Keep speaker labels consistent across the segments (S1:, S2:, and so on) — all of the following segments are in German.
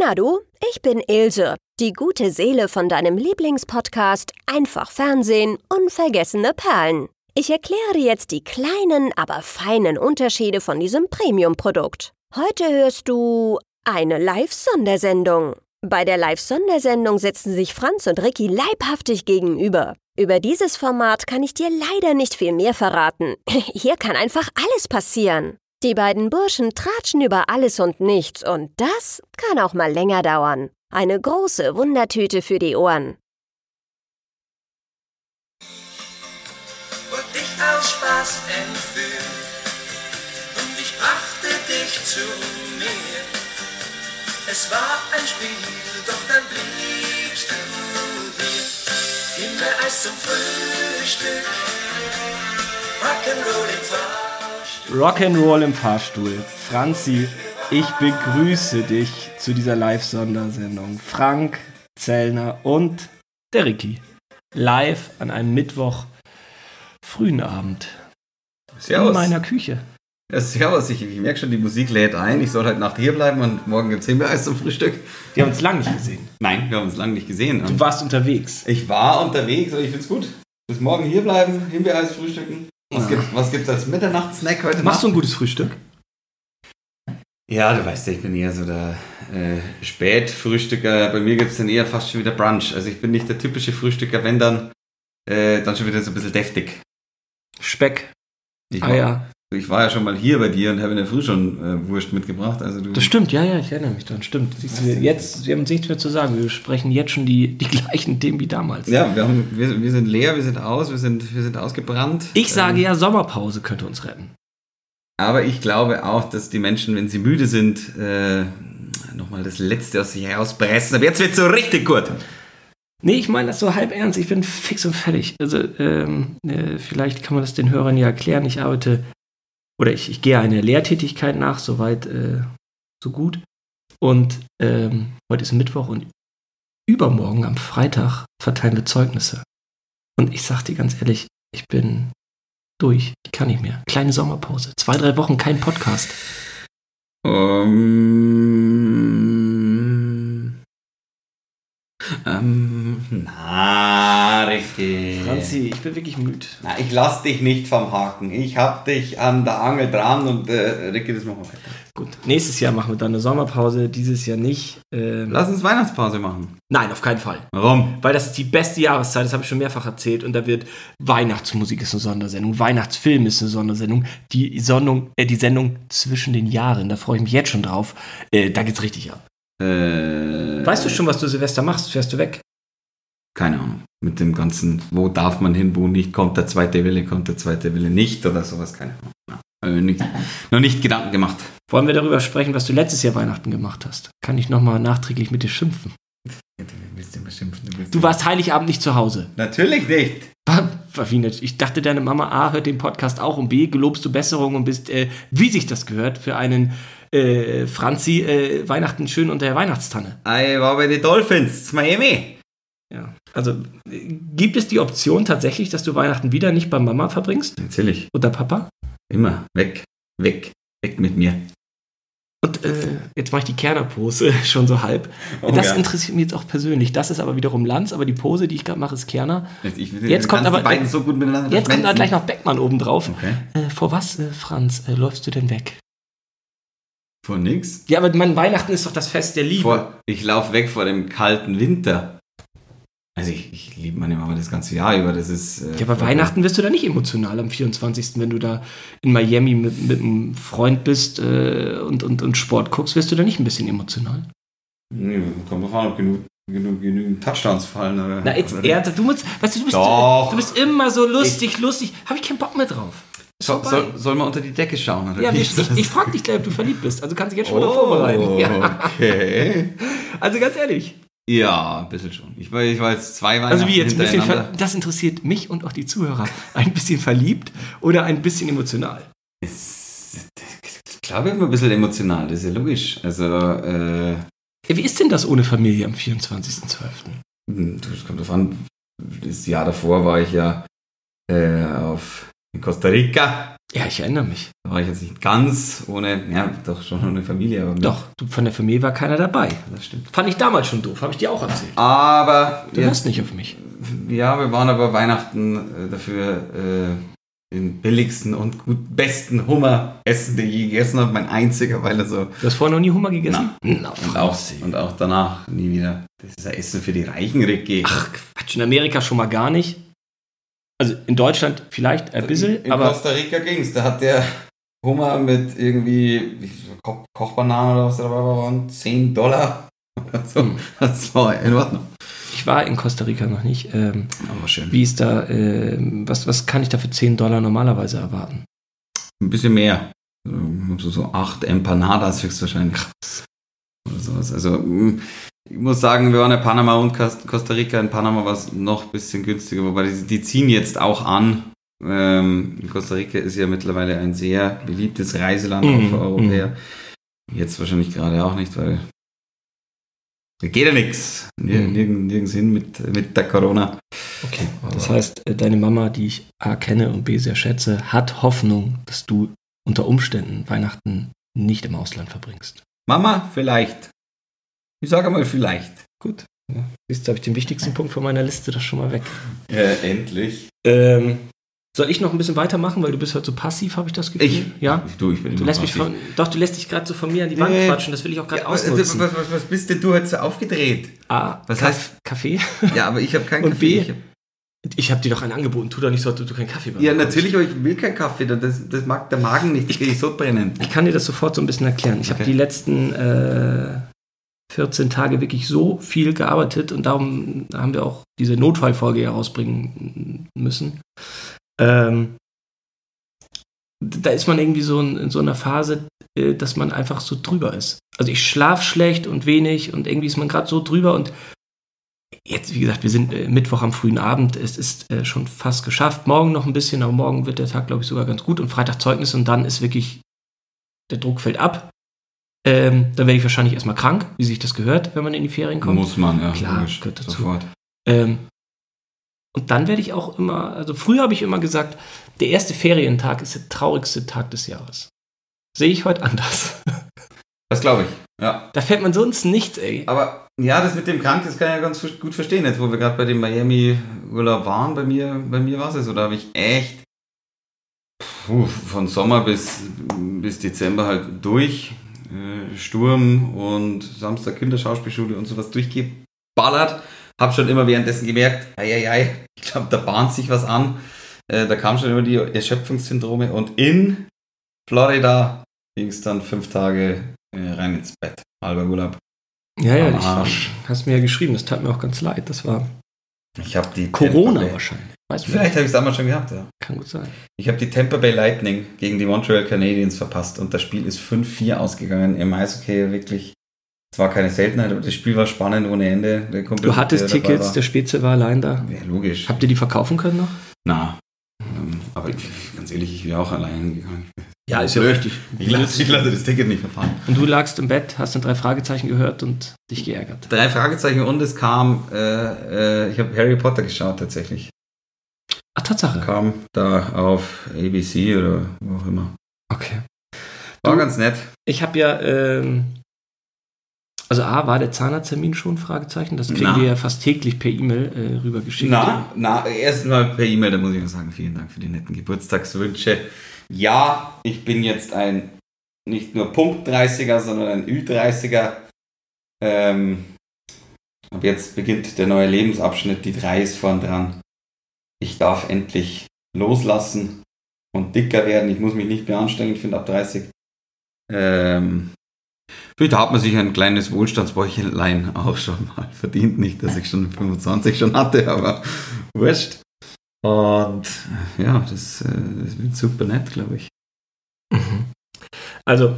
S1: Na du, ich bin Ilse, die gute Seele von deinem Lieblingspodcast Einfach Fernsehen, unvergessene Perlen. Ich erkläre dir jetzt die kleinen, aber feinen Unterschiede von diesem Premium-Produkt. Heute hörst du eine Live-Sondersendung. Bei der Live-Sondersendung sitzen sich Franz und Ricky leibhaftig gegenüber. Über dieses Format kann ich dir leider nicht viel mehr verraten. Hier kann einfach alles passieren. Die beiden Burschen tratschen über alles und nichts und das kann auch mal länger dauern. Eine große Wundertüte für die Ohren.
S2: und dich aus Spaß entführt. Und ich brachte dich zu mir. Es war ein Spiel, doch dann bliebst du hier. Himbeereis zum Frühstück, Rock'n'Roll im Fahrstuhl.
S3: Rock'n'Roll im Fahrstuhl. Franzi, ich begrüße dich zu dieser Live-Sondersendung. Frank, Zellner und der Ricky. Live an einem Mittwoch frühen Abend in meiner Küche.
S4: Ja, servus, ich, ich merke schon, die Musik lädt ein. Ich soll heute Nacht hier bleiben und morgen gibt's Himbeereis zum Frühstück.
S3: Wir haben uns lange nicht gesehen.
S4: Nein, wir haben uns lange nicht gesehen.
S3: Du warst unterwegs.
S4: Ich war unterwegs und ich find's gut. Bis morgen hier bleiben, Himbeereis frühstücken. Was, gibt's, was gibt's als Mitternachtssnack heute
S3: Machst du
S4: Nacht?
S3: ein gutes Frühstück?
S4: Ja, du weißt ja, ich bin eher so der äh, Spätfrühstücker. Bei mir gibt's dann eher fast schon wieder Brunch. Also ich bin nicht der typische Frühstücker, wenn dann, äh, dann schon wieder so ein bisschen deftig.
S3: Speck, Ah
S4: Ich war,
S3: Eier.
S4: ich war ja schon mal hier bei dir und habe in der Früh schon äh, Wurst mitgebracht. Also du,
S3: Das stimmt, ja, ja, ich erinnere mich daran. Stimmt. Siehst du, wir, jetzt, wir haben uns nichts mehr zu sagen. Wir sprechen jetzt schon die, die gleichen Themen wie damals.
S4: Ja, wir, haben, wir, wir sind leer, wir sind aus, wir sind, wir sind ausgebrannt.
S3: Ich sage
S4: Ähm,
S3: ja, Sommerpause könnte uns retten.
S4: Aber ich glaube auch, dass die Menschen, wenn sie müde sind, äh, nochmal das Letzte aus sich herauspressen. Aber jetzt wird so richtig gut.
S3: Nee, ich meine das so halb ernst. Ich bin fix und fertig. Also, ähm, äh, vielleicht kann man das den Hörern ja erklären. Ich arbeite oder ich, ich gehe einer Lehrtätigkeit nach, soweit äh, so gut. Und ähm, heute ist Mittwoch und übermorgen am Freitag verteilen wir Zeugnisse. Und ich sag dir ganz ehrlich, ich bin durch. Ich kann nicht mehr. Kleine Sommerpause. Zwei, drei Wochen kein Podcast.
S4: Um, Ähm, ähm, na, richtig.
S3: ich bin wirklich müde.
S4: Na, ich lass dich nicht vom Haken. Ich hab dich an der Angel dran und äh, Ricky, das machen wir weiter.
S3: Gut. Nächstes Jahr machen wir dann eine Sommerpause. Dieses Jahr nicht. Ähm,
S4: Lass uns Weihnachtspause machen.
S3: nein, auf keinen Fall.
S4: Warum?
S3: Weil das ist die beste Jahreszeit, das habe ich schon mehrfach erzählt. Und da wird Weihnachtsmusik ist eine Sondersendung, Weihnachtsfilm ist eine Sondersendung, die, Sondung, äh, die Sendung zwischen den Jahren, da freue ich mich jetzt schon drauf. Äh, da geht's richtig ab.
S4: Äh,
S3: Weißt du schon, was du Silvester machst? Fährst du weg?
S4: keine Ahnung, mit dem ganzen, wo darf man hin, wo nicht, kommt der zweite Wille, kommt der zweite Wille nicht oder sowas, keine Ahnung. Ja, hab mir nicht, noch nicht Gedanken gemacht.
S3: Wollen wir darüber sprechen, was du letztes Jahr Weihnachten gemacht hast? Kann ich nochmal nachträglich mit dir schimpfen? Du warst Heiligabend nicht zu Hause.
S4: Natürlich nicht.
S3: War- war wie nicht. Ich dachte, deine Mama A hört den Podcast auch und B gelobst du Besserung und bist, äh, wie sich das gehört, für einen äh, Franzi äh, Weihnachten schön unter der Weihnachtstanne.
S4: Ich war bei den Dolphins, zu Miami.
S3: Ja, also äh, gibt es die Option tatsächlich, dass du Weihnachten wieder nicht bei Mama verbringst
S4: Natürlich,
S3: oder Papa?
S4: immer weg, weg, weg mit mir.
S3: Und äh, jetzt mache ich die Kerner-Pose schon so halb.
S4: Oh,
S3: das
S4: ja.
S3: interessiert mich jetzt auch persönlich. Das ist aber wiederum Lanz, aber die Pose, die ich gerade mache, ist Kerner.
S4: Jetzt, ich,
S3: Jetzt kommt
S4: kannst
S3: aber-
S4: die beiden so gut miteinander
S3: Jetzt kommt da gleich
S4: verschmelzen.
S3: noch Beckmann oben drauf.
S4: Okay.
S3: Äh, vor was, äh, Franz, äh, läufst du denn weg?
S4: Vor nix.
S3: Ja, aber mein Weihnachten ist doch das Fest der Liebe.
S4: Vor, ich laufe weg vor dem kalten Winter. Also ich, ich liebe meine Mama das ganze Jahr über. Das ist. äh,
S3: ja, aber Weihnachten wirst du da nicht emotional am 24., wenn du da in Miami mit, mit einem Freund bist äh, und, und, und Sport guckst, wirst du da nicht ein bisschen emotional?
S4: Nee, kommt drauf an, ob genug, genug, genügend Touchdowns fallen. Oder,
S3: Na, jetzt
S4: oder-
S3: ernsthaft, du musst, weißt du, du bist,
S4: Doch.
S3: du bist immer so lustig, lustig. Habe ich keinen Bock mehr drauf. Ist
S4: So,
S3: vorbei.
S4: soll, soll man unter die Decke schauen? Oder
S3: ja,
S4: wie?
S3: ich, ich, ich frage dich gleich, ob du verliebt bist. Also kannst du dich jetzt schon mal
S4: oh,
S3: vorbereiten. Ja.
S4: okay.
S3: Also ganz ehrlich.
S4: Ja, ein bisschen schon. Ich war, ich war jetzt zwei Weihnachten
S3: Also wie jetzt ein bisschen, ver
S4: hintereinander.
S3: das interessiert mich und auch die Zuhörer. Ein bisschen verliebt oder ein bisschen emotional.
S4: Es- Klar wird man ein bisschen emotional, das ist ja logisch. Also, äh,
S3: Ja, wie ist denn das ohne Familie am 24.12.?
S4: hm, das kommt drauf an. Das Jahr davor war ich ja äh, auf in Costa Rica
S3: Ja, ich erinnere mich.
S4: Da war ich jetzt nicht ganz ohne, ja, doch schon ohne Familie, aber mit-
S3: Doch, du- von der Familie war keiner dabei.
S4: das stimmt.
S3: Fand ich damals schon doof, habe ich dir auch erzählt.
S4: Aber
S3: Du
S4: jetzt,
S3: hörst nicht auf mich.
S4: ja, wir waren aber Weihnachten äh, dafür äh, den billigsten und gut besten Hummer essen, den ich je gegessen habe. Mein einziger, weil er so.
S3: Du hast vorher noch nie Hummer gegessen? Na,
S4: Und auch, und auch danach nie wieder. Das ist ein Essen für die Reichen, Ricky.
S3: Ach, Quatsch, in Amerika schon mal gar nicht. Also in Deutschland vielleicht ein bisschen,
S4: in
S3: aber
S4: Costa Rica ging's. Da hat der Hummer mit irgendwie wie viel Ko Kochbananen oder was da dabei waren, 10 Dollar. oder So,
S3: Hm.
S4: das war in Ordnung.
S3: ich war in Costa Rica noch nicht. Ähm,
S4: Aber schön.
S3: wie ist da, ähm, was, was kann ich da für 10 Dollar normalerweise erwarten?
S4: Ein bisschen mehr. Ähm, So, so acht Empanadas höchstwahrscheinlich. Oder sowas. Also, mm, ich muss sagen, wir waren in Panama und Kas- Costa Rica. In Panama war es noch ein bisschen günstiger, wobei die, die ziehen jetzt auch an. Ähm, Costa Rica ist ja mittlerweile ein sehr beliebtes Reiseland auch
S3: Mhm,
S4: für Europäer. Jetzt wahrscheinlich gerade auch nicht, weil da geht ja nichts.
S3: Mhm.
S4: Nirgends hin mit, mit der Corona.
S3: Okay. Das heißt, äh, deine Mama, die ich A kenne und B sehr schätze, hat Hoffnung, dass du unter Umständen Weihnachten nicht im Ausland verbringst.
S4: Mama, vielleicht. Ich sage mal vielleicht.
S3: Gut. Ja. Siehst du, habe ich den wichtigsten Punkt von meiner Liste das schon mal weg.
S4: endlich.
S3: Ähm, soll ich noch ein bisschen weitermachen, weil du bist heute so passiv, habe ich das Gefühl?
S4: Ich?
S3: Ja.
S4: Du, ich bin
S3: Du
S4: immer
S3: lässt mich
S4: passiv.
S3: von, doch, du lässt dich gerade so von mir an die Wand
S4: Nee.
S3: quatschen, das will ich auch gerade
S4: Ja, also, was,
S3: ausnutzen.
S4: was, was, was bist denn du heute so aufgedreht?
S3: A.
S4: Was
S3: Kaff-
S4: heißt-
S3: Kaffee?
S4: Ja, aber ich habe keinen
S3: Und
S4: Kaffee.
S3: B?
S4: Ich hab,
S3: Ich habe dir doch einen angeboten, tu doch nicht so, als ob du keinen Kaffee
S4: ja,
S3: bekommst.
S4: natürlich, aber ich will keinen Kaffee. Das, das mag der Magen nicht. Ich kriege so brennen.
S3: Ich kann dir das sofort so ein bisschen erklären. Ich habe
S4: Okay.
S3: die letzten äh, 14 Tage wirklich so viel gearbeitet und darum haben wir auch diese Notfallfolge herausbringen müssen. Ähm, da ist man irgendwie so in, in so einer Phase, äh, dass man einfach so drüber ist. Also ich schlafe schlecht und wenig und irgendwie ist man gerade so drüber und jetzt, wie gesagt, wir sind äh, Mittwoch am frühen Abend, es ist äh, schon fast geschafft. Morgen noch ein bisschen, aber morgen wird der Tag, glaube ich, sogar ganz gut und Freitag Zeugnis und dann ist wirklich der Druck fällt ab. Ähm, dann werde ich wahrscheinlich erstmal krank, wie sich das gehört, wenn man in die Ferien kommt.
S4: man, ja.
S3: Klar,
S4: logisch,
S3: gehört dazu.
S4: Sofort.
S3: Ähm, und dann werde ich auch immer, also früher habe ich immer gesagt, der erste Ferientag ist der traurigste Tag des Jahres. Sehe ich heute anders.
S4: Das glaube ich. Ja.
S3: Da fällt man sonst nichts, ey.
S4: Aber ja, das mit dem Krank, das kann ich ja ganz ver- gut verstehen. Jetzt, wo wir gerade bei dem Miami-Urlaub waren, bei mir, bei mir war es so, da habe ich echt puh, von Sommer bis, bis Dezember halt durch. Äh, Sturm und Samstag Kinderschauspielschule und sowas durchgeballert. Hab schon immer währenddessen gemerkt, ei, ei, ei, ich glaube, da bahnt sich was an. Äh, da kamen schon immer die Erschöpfungssyndrome und in Florida ging es dann fünf Tage äh, rein ins Bett. Halber Urlaub.
S3: Ja,
S4: am
S3: ich-
S4: Arsch.
S3: hast mir ja geschrieben, das tat mir auch ganz leid. Das war
S4: Ich habe die
S3: Corona
S4: Tampa Bay-
S3: wahrscheinlich. Weißt du,
S4: Vielleicht habe ich es damals schon gehabt, ja.
S3: kann gut sein.
S4: Ich habe die Tampa Bay Lightning gegen die Montreal Canadiens verpasst und das Spiel ist 5-4 ausgegangen. Im Eishockey wirklich. Es war keine Seltenheit, aber das Spiel war spannend ohne Ende. Der Kumpel,
S3: Du hattest
S4: der dabei
S3: Tickets, der Spitze war allein da.
S4: War, ja, logisch.
S3: Habt ihr die verkaufen können noch?
S4: Na. Ähm, Aber ich, ganz ehrlich, ich wäre auch allein gegangen.
S3: Ja,
S4: ist ja richtig. Ich lasse, ich lasse das Ticket nicht verfahren.
S3: Und du lagst im Bett, hast dann drei Fragezeichen gehört und dich geärgert.
S4: Drei Fragezeichen und es kam, äh, äh, ich habe Harry Potter geschaut tatsächlich.
S3: Ach, Tatsache.
S4: Kam da auf ABC oder wo auch immer.
S3: Okay.
S4: War
S3: Du-
S4: ganz nett.
S3: Ich habe ja, ähm, also A, war der Zahnarzttermin schon? Fragezeichen. Das kriegen
S4: Na.
S3: wir ja fast täglich per E-Mail äh, rübergeschickt.
S4: Na, na, erstmal per E-Mail, da muss ich mal sagen, vielen Dank für die netten Geburtstagswünsche. Ja, ich bin jetzt ein nicht nur Punkt 30er, sondern ein Ü30er. Ähm, ab jetzt beginnt der neue Lebensabschnitt, die 3 ist vorn dran. Ich darf endlich loslassen und dicker werden. Ich muss mich nicht mehr anstrengend finden ab 30. Ähm, Vielleicht hat man sich ein kleines Wohlstandsbäuchlein auch schon mal verdient. Nicht, dass ich schon 25 schon hatte, aber wurscht. Und ja, das, äh, das wird super nett, glaube ich.
S3: Mhm. Also,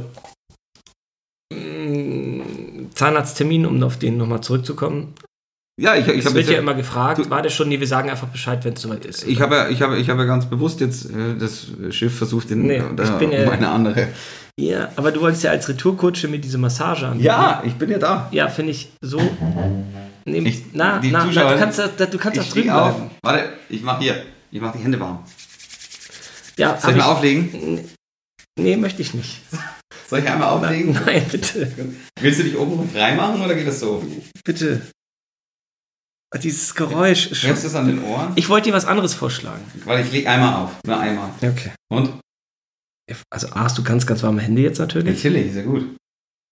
S3: mh, Zahnarzttermin, um auf den nochmal zurückzukommen.
S4: Ja, ich, ich
S3: Es
S4: habe
S3: wird
S4: jetzt-
S3: ja immer gefragt,
S4: Du-
S3: war das schon? Nee, wir sagen einfach Bescheid, wenn es soweit ist.
S4: ich habe, ich habe, ich habe ganz bewusst jetzt äh, das Schiff versucht, in
S3: Nee,
S4: da,
S3: ich bin, äh,
S4: um eine andere.
S3: ja, aber du wolltest ja als Retourkutsche mir diese Massage an.
S4: Ja, ich bin ja da.
S3: Ja, finde ich so. Nee,
S4: Ich-
S3: na,
S4: die
S3: na, na,
S4: Zuschauer-
S3: du kannst, da, du kannst da
S4: Ich
S3: drüben
S4: stehe auf.
S3: bleiben.
S4: Warte, ich mache hier. Ich mache die Hände warm.
S3: Ja,
S4: Soll
S3: hab
S4: ich mal auflegen?
S3: Nee, möchte ich nicht.
S4: Soll ich einmal auflegen?
S3: Nein, bitte.
S4: Willst du dich oben reinmachen oder geht das so?
S3: Bitte. Dieses Geräusch ist schon.
S4: Hörst du es an den Ohren?
S3: Ich wollte dir was anderes vorschlagen.
S4: Weil ich lege einmal auf. Nur einmal.
S3: Okay.
S4: Und?
S3: Also A, hast du ganz, ganz warme Hände jetzt natürlich.
S4: Natürlich, ist ja gut.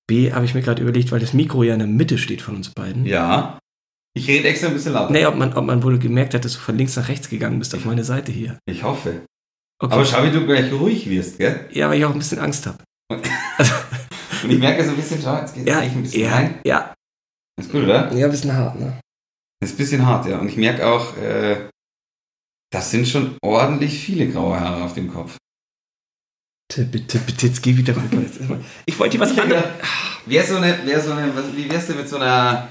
S3: B, habe ich mir gerade überlegt, weil das Mikro ja in der Mitte steht von uns beiden.
S4: Ja. Ich rede extra ein bisschen lauter.
S3: Nee, ob man, ob man wohl gemerkt hat, dass du von links nach rechts gegangen bist auf meine Seite hier.
S4: Ich hoffe.
S3: Okay.
S4: Aber schau, wie du gleich ruhig wirst, gell?
S3: ja, weil ich auch ein bisschen Angst habe.
S4: Und ich merke so ein bisschen, schau, jetzt geht es
S3: Ja,
S4: eigentlich ein bisschen
S3: ja,
S4: rein.
S3: ja.
S4: Ist gut, oder?
S3: Ja, ein bisschen hart, ne?
S4: Ist ein bisschen hart, ja. Und ich merke auch, äh, das sind schon ordentlich viele graue Haare auf dem Kopf.
S3: Bitte, bitte, bitte, jetzt geh wieder rüber. Jetzt erstmal- Ich wollte dir was
S4: Ich hab
S3: anderes.
S4: gedacht, Wer so eine, wer so eine, was, wie wär's denn mit so einer,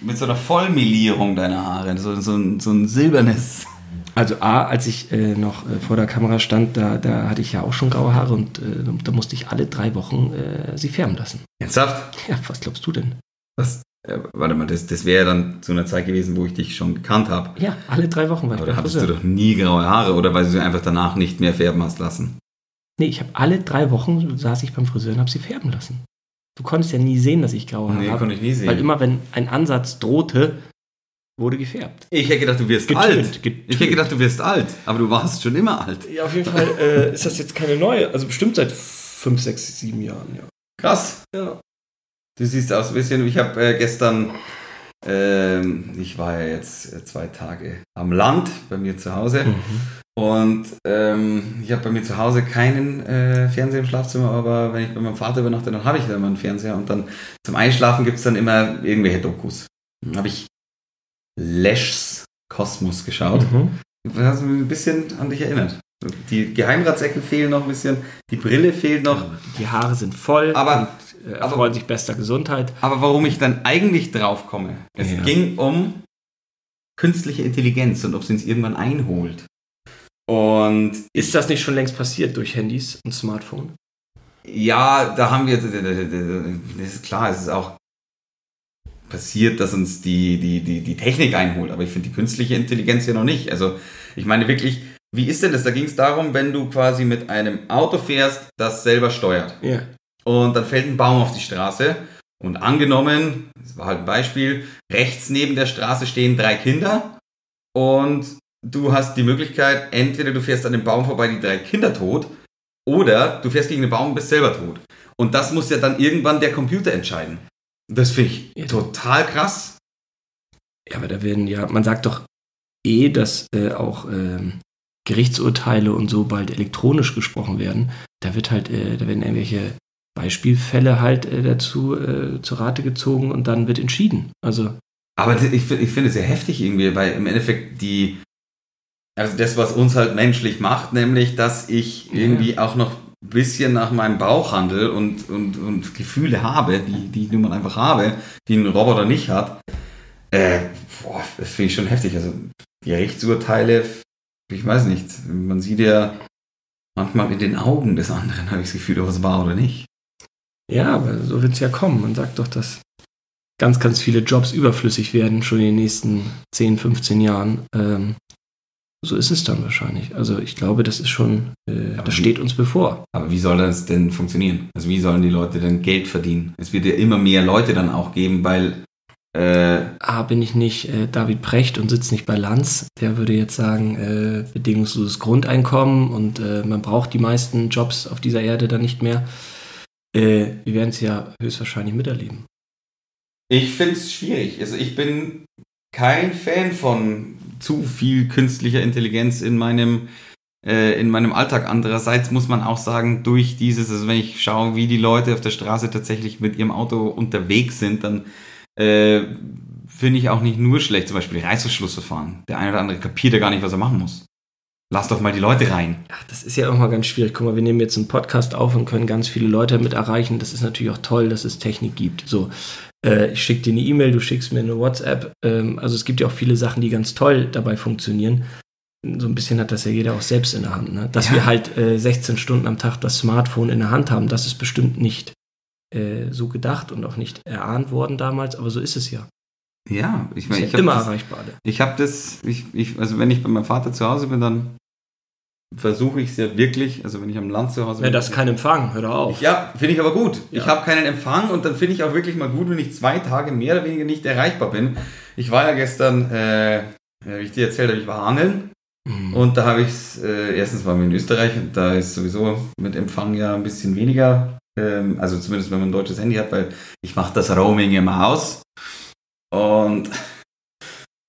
S4: mit so einer Vollmelierung deiner Haare? So, so, ein, so ein silbernes.
S3: Also A, als ich äh, noch äh, vor der Kamera stand, da, da hatte ich ja auch schon graue Haare und äh, da musste ich alle drei Wochen äh, sie färben lassen.
S4: Ernsthaft?
S3: Ja, was glaubst du denn?
S4: Was? Äh, warte mal, das, das wäre ja dann zu einer Zeit gewesen, wo ich dich schon gekannt habe.
S3: Ja, alle drei Wochen war ich
S4: Aber
S3: beim
S4: da hattest du
S3: Friseur.
S4: doch nie graue Haare oder weil du sie einfach danach nicht mehr färben hast lassen.
S3: Nee, ich habe alle drei Wochen saß ich beim Friseur und habe sie färben lassen. Du konntest ja nie sehen, dass ich graue Haare habe.
S4: Oh, ich nie
S3: Weil immer, wenn ein Ansatz drohte, wurde gefärbt.
S4: Ich hätte gedacht, du wirst alt. Ich hätte gedacht, du wirst alt, aber du warst schon immer alt.
S3: ja, auf jeden Fall äh, ist das jetzt keine neue. Also bestimmt seit fünf, sechs, sieben Jahren, ja.
S4: Krass.
S3: Ja.
S4: Du siehst aus ein bisschen, ich habe äh, gestern, ähm, ich war ja jetzt äh, zwei Tage am Land bei mir zu Hause
S3: Hm.
S4: und ähm, ich habe bei mir zu Hause keinen äh, Fernseher im Schlafzimmer, aber wenn ich bei meinem Vater übernachte, dann habe ich da immer einen Fernseher und dann zum Einschlafen gibt es dann immer irgendwelche Dokus. Dann habe ich Lashs Kosmos geschaut.
S3: Mhm.
S4: Du hast mich ein bisschen an dich erinnert. Die Geheimratsecken fehlen noch ein bisschen, die Brille fehlt noch.
S3: Die Haare sind voll
S4: Aber-
S3: und äh,
S4: aber-
S3: erfreuen sich bester Gesundheit.
S4: Aber warum ich dann eigentlich drauf komme, es
S3: Ja.
S4: ging um künstliche Intelligenz und ob sie uns irgendwann einholt. Und
S3: Ist das nicht schon längst passiert durch Handys und Smartphone?
S4: ja, da haben wir, das ist klar, es ist auch passiert, dass uns die, die, die, die Technik einholt, aber ich finde die künstliche Intelligenz ja noch nicht. Also ich meine wirklich, wie ist denn das? Da ging es darum, wenn du quasi mit einem Auto fährst, das selber steuert.
S3: Ja.
S4: Und dann fällt ein Baum auf die Straße. Und angenommen, das war halt ein Beispiel, rechts neben der Straße stehen drei Kinder. Und du hast die Möglichkeit, entweder du fährst an dem Baum vorbei, die drei Kinder tot, oder du fährst gegen den Baum und bist selber tot. Und das muss ja dann irgendwann der Computer entscheiden. Das finde ich
S3: Ja.
S4: total krass.
S3: Ja, aber da werden ja, man sagt doch eh, dass äh, auch ähm, Gerichtsurteile und so bald elektronisch gesprochen werden. Da wird halt, äh, da werden irgendwelche Beispielfälle halt äh, dazu äh, zur Rate gezogen und dann wird entschieden. Also
S4: Aber das- ich, find- ich finde es sehr heftig irgendwie, weil im Endeffekt die, also das, was uns halt menschlich macht, nämlich, dass ich
S3: Ja.
S4: irgendwie auch noch ein bisschen nach meinem Bauch handle und, und, und Gefühle habe, die, die ich nun mal einfach habe, die ein Roboter nicht hat. Äh, boah, das finde ich schon heftig. Also die Gerichtsurteile, ich weiß nicht, man sieht ja manchmal in den Augen des anderen, habe ich das Gefühl, ob es war oder nicht.
S3: ja, aber so wird es ja kommen. Man sagt doch, dass ganz, ganz viele Jobs überflüssig werden, schon in den nächsten 10, 15 Jahren. Ähm, so ist es dann wahrscheinlich. Also ich glaube, das ist schon, äh,
S4: Aber
S3: das
S4: wie-
S3: steht uns bevor.
S4: Aber wie soll das denn funktionieren? Also wie sollen die Leute denn Geld verdienen? Es wird ja immer mehr Leute dann auch geben, weil äh,
S3: ah, bin ich nicht äh, David Precht und sitze nicht bei Lanz, der würde jetzt sagen, äh, bedingungsloses Grundeinkommen und äh, man braucht die meisten Jobs auf dieser Erde dann nicht mehr. Äh, wir werden es ja höchstwahrscheinlich miterleben.
S4: ich finde es schwierig. Also ich bin kein Fan von zu viel künstlicher Intelligenz in meinem äh, in meinem Alltag. Andererseits muss man auch sagen, durch dieses, also wenn ich schaue, wie die Leute auf der Straße tatsächlich mit ihrem Auto unterwegs sind, dann äh, finde ich auch nicht nur schlecht. Zum Beispiel Reißverschlussverfahren. Der eine oder andere kapiert ja gar nicht, was er machen muss. Lass doch mal die Leute rein.
S3: Ach, das ist ja auch mal ganz schwierig. Guck mal, wir nehmen jetzt einen Podcast auf und können ganz viele Leute damit erreichen. Das ist natürlich auch toll, dass es Technik gibt. So, äh, ich schicke dir eine E-Mail, du schickst mir eine WhatsApp. Ähm, also es gibt ja auch viele Sachen, die ganz toll dabei funktionieren. So ein bisschen hat das ja jeder auch selbst in der Hand. Ne? Dass
S4: Ja.
S3: wir halt äh, 16 Stunden am Tag das Smartphone in der Hand haben, das ist bestimmt nicht äh, so gedacht und auch nicht erahnt worden damals, aber so ist es ja.
S4: Ja, ich
S3: Ist
S4: meine,
S3: ja
S4: ich
S3: immer ne?
S4: habe das,
S3: erreichbar. alle.
S4: ich hab das ich, ich, also wenn ich bei meinem Vater zu Hause bin, dann versuche ich es ja wirklich, also wenn ich am Land zu Hause
S3: Ja, das ist kein Empfang, hör doch auf.
S4: Ja, finde ich aber gut.
S3: Ja.
S4: Ich habe keinen Empfang und dann finde ich auch wirklich mal gut, wenn ich zwei Tage mehr oder weniger nicht erreichbar bin. Ich war ja gestern, äh, ja, wie ich dir erzählt habe, ich war angeln
S3: Mhm.
S4: und da habe ich äh, erstens waren wir in Österreich und da ist sowieso mit Empfang ja ein bisschen weniger, ähm, also zumindest wenn man ein deutsches Handy hat, weil ich mache das Roaming im Haus und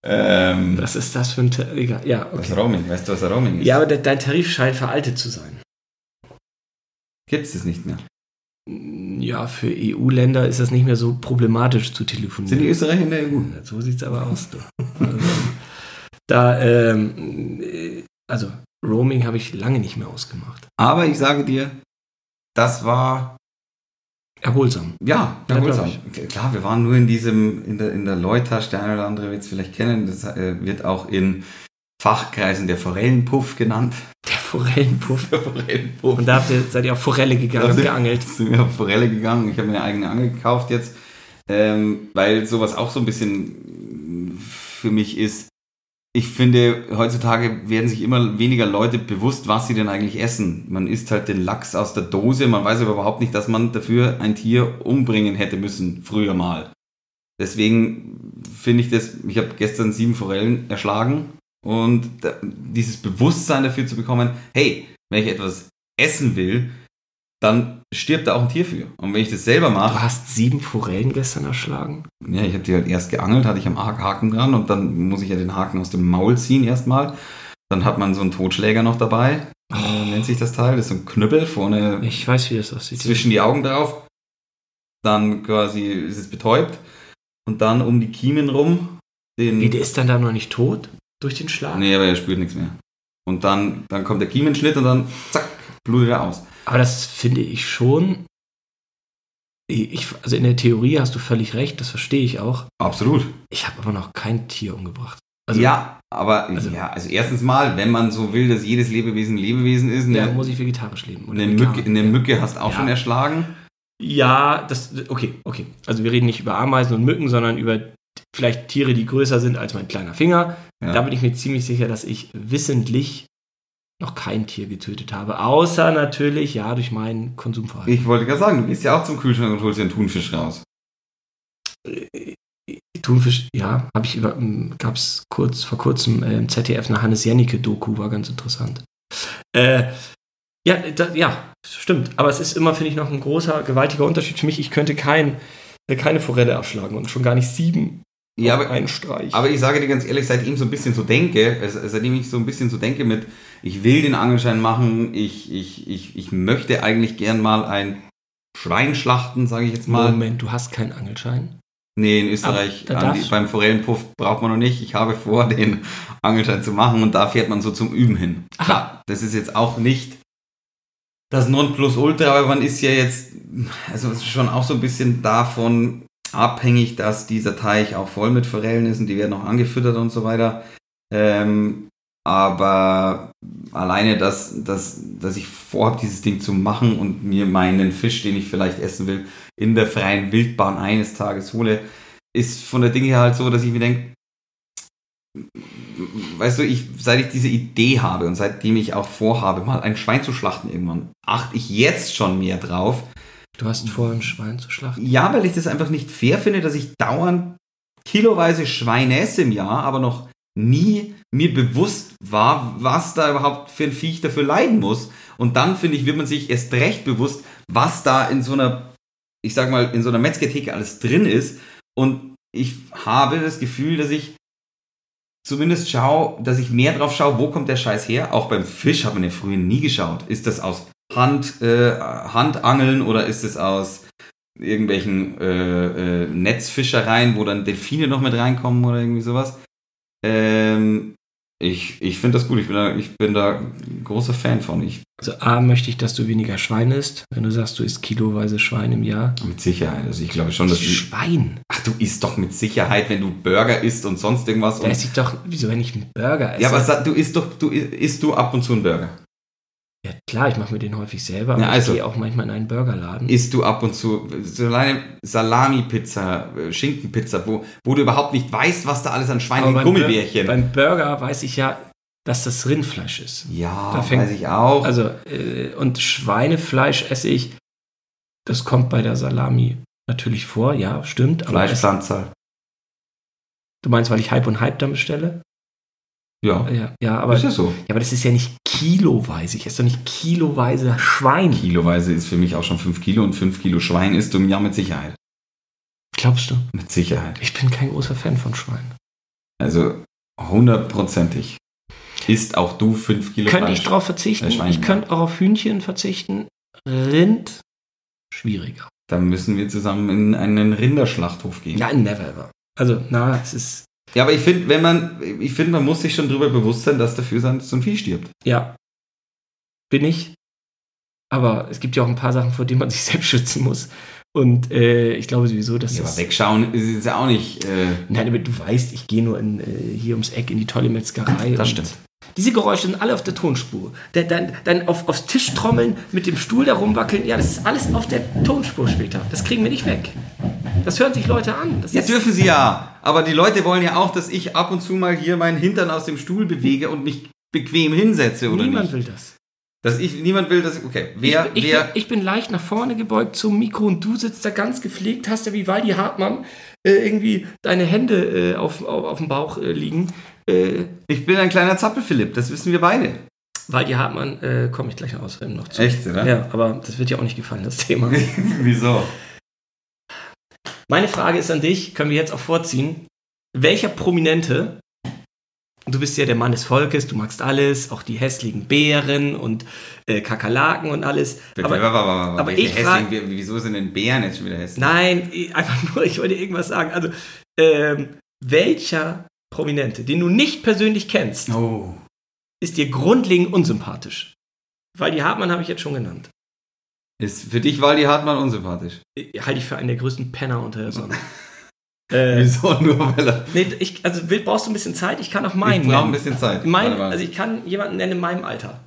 S4: ähm,
S3: Was ist das für ein Ter Egal. Ja, okay.
S4: das Roaming, weißt du, was Roaming ist?
S3: Ja, aber de dein Tarif scheint veraltet zu sein.
S4: Gibt es das nicht mehr?
S3: Ja, für EU-Länder ist das nicht mehr so problematisch zu telefonieren.
S4: Sind die Österreicher in der E EU?
S3: So sieht's aber aus. Du. Also, da, ähm, äh, also Roaming habe ich lange nicht mehr ausgemacht.
S4: Aber ich sage dir, das war
S3: Erholsam.
S4: Ja,
S3: Ja,
S4: erholsam.
S3: glaub
S4: Klar, wir waren nur in diesem, in der, in der Leutas, der eine oder andere wird es vielleicht kennen, das äh, wird auch in Fachkreisen der Forellenpuff genannt.
S3: Der Forellenpuff.
S4: Der Forellenpuff.
S3: Und da habt ihr, seid ihr auf Forelle gegangen
S4: Da
S3: und
S4: sind-
S3: geangelt.
S4: sind wir auf Forelle gegangen. Ich habe mir eine eigene Angel gekauft jetzt, ähm, weil sowas auch so ein bisschen für mich ist. Ich finde, heutzutage werden sich immer weniger Leute bewusst, was sie denn eigentlich essen. Man isst halt den Lachs aus der Dose, man weiß aber überhaupt nicht, dass man dafür ein Tier umbringen hätte müssen, früher mal. Deswegen finde ich das, ich habe gestern sieben Forellen erschlagen und da, dieses Bewusstsein dafür zu bekommen, hey, wenn ich etwas essen will, dann stirbt da auch ein Tier für. Und wenn ich das selber
S3: Du
S4: mache,
S3: hast sieben Forellen gestern erschlagen.
S4: ja, ich habe die halt erst geangelt, hatte ich am Ha- Haken dran und dann muss ich ja den Haken aus dem Maul ziehen erstmal. Dann hat man so einen Totschläger noch dabei, äh,
S3: Oh.
S4: nennt sich das Teil, das ist so ein Knüppel vorne
S3: Ich weiß, wie das aussieht.
S4: zwischen die Augen drauf. Dann quasi ist es betäubt und dann um die Kiemen rum den
S3: Wie, der ist dann da noch nicht tot? Durch den Schlag?
S4: Nee, aber er spürt nichts mehr. Und dann, dann kommt der Kiemenschnitt und dann zack, blutet er aus.
S3: Aber das finde ich schon. Ich, also in der Theorie hast du völlig recht, das verstehe ich auch.
S4: Absolut.
S3: Ich habe aber noch kein Tier umgebracht. Also,
S4: ja, aber
S3: also-
S4: ja, also erstens mal, wenn man so will, dass jedes Lebewesen ein Lebewesen ist, eine,
S3: da muss ich vegetarisch leben. oder
S4: ne. eine,
S3: vegan.
S4: Mücke, eine Mücke hast du auch
S3: Ja.
S4: schon erschlagen.
S3: Ja, das, okay, okay. Also wir reden nicht über Ameisen und Mücken, sondern über t- vielleicht Tiere, die größer sind als mein kleiner Finger.
S4: Ja.
S3: Da bin ich mir ziemlich sicher, dass ich wissentlich noch kein Tier getötet habe. Außer natürlich, ja, durch mein Konsumverhalten.
S4: Ich wollte gerade sagen, du gehst ja auch zum Kühlschrank und holst dir einen Thunfisch raus.
S3: Thunfisch, ja, habe ich über, gab es kurz, vor kurzem äh, im ZDF eine Hannes Jennecke-Doku, war ganz interessant. Äh, ja, da, ja, stimmt. Aber es ist immer, finde ich, noch ein großer, gewaltiger Unterschied für mich. Ich könnte kein, äh, keine Forelle erschlagen und schon gar nicht sieben
S4: Ja,
S3: auf
S4: aber,
S3: einen Streich.
S4: aber ich sage dir ganz ehrlich, seitdem so ein bisschen so denke, also seitdem ich so ein bisschen so denke mit, ich will den Angelschein machen, ich, ich, ich, ich möchte eigentlich gern mal ein Schwein schlachten, sage ich jetzt mal.
S3: Moment, du hast keinen Angelschein.
S4: Nee, in Österreich,
S3: Aber da
S4: an die,
S3: darfst-
S4: beim Forellenpuff braucht man noch nicht. Ich habe vor, den Angelschein zu machen und da fährt man so zum Üben hin. Klar, das ist jetzt auch nicht das Nonplusultra, aber man ist ja jetzt, also es ist schon auch so ein bisschen davon abhängig, dass dieser Teich auch voll mit Forellen ist und die werden auch angefüttert und so weiter. Ähm, aber alleine, dass, dass, dass ich vorhabe, dieses Ding zu machen und mir meinen Fisch, den ich vielleicht essen will, in der freien Wildbahn eines Tages hole, ist von der Dinge her halt so, dass ich mir denke, weißt du, ich, seit ich diese Idee habe und seitdem ich auch vorhabe, mal ein Schwein zu schlachten irgendwann, achte ich jetzt schon mehr drauf.
S3: Du hast vor, ein Schwein zu schlachten.
S4: Ja, weil ich das einfach nicht fair finde, dass ich dauernd kiloweise Schweine esse im Jahr, aber noch nie mir bewusst war, was da überhaupt für ein Viech dafür leiden muss. Und dann, finde ich, wird man sich erst recht bewusst, was da in so einer, ich sag mal, in so einer Metzgertheke alles drin ist. Und ich habe das Gefühl, dass ich zumindest schaue, dass ich mehr drauf schaue, wo kommt der Scheiß her. Auch beim Fisch hat man ja früher nie geschaut. Ist das aus Hand, äh, Handangeln oder ist es aus irgendwelchen äh, äh, Netzfischereien, wo dann Delfine noch mit reinkommen oder irgendwie sowas. Ähm, ich ich finde das gut. Ich bin, da, ich bin da großer Fan von. Ich,
S3: Also A, möchte ich, dass du weniger Schwein isst. Wenn du sagst, du isst kiloweise Schwein im Jahr.
S4: mit Sicherheit. Also ich glaube schon, dass du,
S3: Schwein?
S4: Ach, du isst doch mit Sicherheit, wenn du Burger isst und sonst irgendwas.
S3: Da
S4: Und,
S3: esse ich doch, wieso, wenn ich einen Burger esse?
S4: ja, aber sag, du isst doch, du i- isst du ab und zu einen Burger.
S3: Ja, klar, ich mache mir den häufig selber, aber
S4: Ja, also.
S3: ich gehe auch manchmal in einen Burgerladen.
S4: isst du ab und zu so alleine Salami-Pizza, äh, Schinkenpizza, wo, wo du überhaupt nicht weißt, was da alles an Schweinen
S3: Aber
S4: und
S3: beim Bur-
S4: Gummibärchen.
S3: Beim Burger weiß ich ja, dass das Rindfleisch ist.
S4: Ja,
S3: Da fängt-
S4: weiß ich auch.
S3: Also, äh, und Schweinefleisch esse ich, das kommt bei der Salami natürlich vor, ja, stimmt. Aber es,
S4: Fleischpflanzer.
S3: du meinst, weil ich Hype und Hype dann bestelle?
S4: Ja,
S3: Ja, ja, aber,
S4: ist
S3: ja,
S4: ja so.
S3: aber das ist ja nicht kiloweise. Ich esse doch nicht kiloweise Schwein.
S4: Kiloweise ist für mich auch schon 5 Kilo und 5 Kilo Schwein ist um ja mit Sicherheit.
S3: Glaubst du?
S4: Mit Sicherheit.
S3: Ich bin kein großer Fan von Schwein.
S4: Also hundertprozentig. Ist auch du 5 Kilo
S3: Könnte
S4: Fleisch.
S3: ich drauf verzichten?
S4: Schwein,
S3: Ich
S4: ja.
S3: könnte auch auf Hühnchen verzichten. Rind, schwieriger.
S4: Dann müssen wir zusammen in einen Rinderschlachthof gehen.
S3: Nein, never ever. Also, na, es ist,
S4: Ja, aber ich finde, wenn man, ich finde, man muss sich schon darüber bewusst sein, dass dafür sein, so ein Vieh stirbt.
S3: ja, bin ich. Aber es gibt ja auch ein paar Sachen, vor denen man sich selbst schützen muss. Und äh, ich glaube sowieso, dass
S4: Ja, aber
S3: das...
S4: wegschauen ist jetzt ja auch nicht. Äh,
S3: Nein, aber du weißt, ich gehe nur in, äh, hier ums Eck in die tolle Metzgerei.
S4: Das
S3: und
S4: stimmt.
S3: Diese Geräusche sind alle auf der Tonspur. Dann, dann, dann auf, aufs Tisch trommeln, mit dem Stuhl da rumwackeln. Ja, das ist alles auf der Tonspur später. Das kriegen wir nicht weg. Das hören sich Leute an. Das
S4: ja,
S3: ist-
S4: dürfen sie ja. Aber die Leute wollen ja auch, dass ich ab und zu mal hier meinen Hintern aus dem Stuhl bewege und mich bequem hinsetze, oder
S3: Niemand
S4: nicht?
S3: will das.
S4: Dass ich, niemand will, dass ich, okay, wer,
S3: Also ich, ich, bin,
S4: wer,
S3: ich bin leicht nach vorne gebeugt zum Mikro und du sitzt da ganz gepflegt, hast ja wie Waldi Hartmann äh, irgendwie deine Hände äh, auf, auf, auf dem Bauch äh, liegen. Äh,
S4: ich, bin ein kleiner Zappel, Philipp, das wissen wir beide.
S3: Waldi Hartmann äh, komme ich gleich außerdem noch zu.
S4: Echt, oder?
S3: Ja, aber das wird dir auch nicht gefallen, das Thema.
S4: Wieso?
S3: Meine Frage ist an dich, können wir jetzt auch vorziehen. Welcher Prominente, du bist ja der Mann des Volkes, du magst alles, auch die hässlichen Bären und äh, Kakerlaken und alles. Aber, aber
S4: welche
S3: ich
S4: hässlichen-
S3: frag-
S4: wie- wieso sind denn Bären jetzt schon wieder hässlich?
S3: nein, ich- einfach nur, ich wollte irgendwas sagen. Also, ähm, welcher Prominente, den du nicht persönlich kennst,
S4: Oh.
S3: ist dir grundlegend unsympathisch? Weil die Hartmann habe ich jetzt schon genannt.
S4: Ist für dich Waldi Hartmann unsympathisch?
S3: Äh, Halte ich für einen der größten Penner unter der Sonne. äh,
S4: Wieso? Nur weil er.
S3: nee, ich, also Wild, brauchst du ein bisschen Zeit? Ich kann auch meinen.
S4: ich brauche ein
S3: nennen.
S4: bisschen Zeit.
S3: Mein,
S4: Warte mal.
S3: also ich kann jemanden nennen in meinem Alter.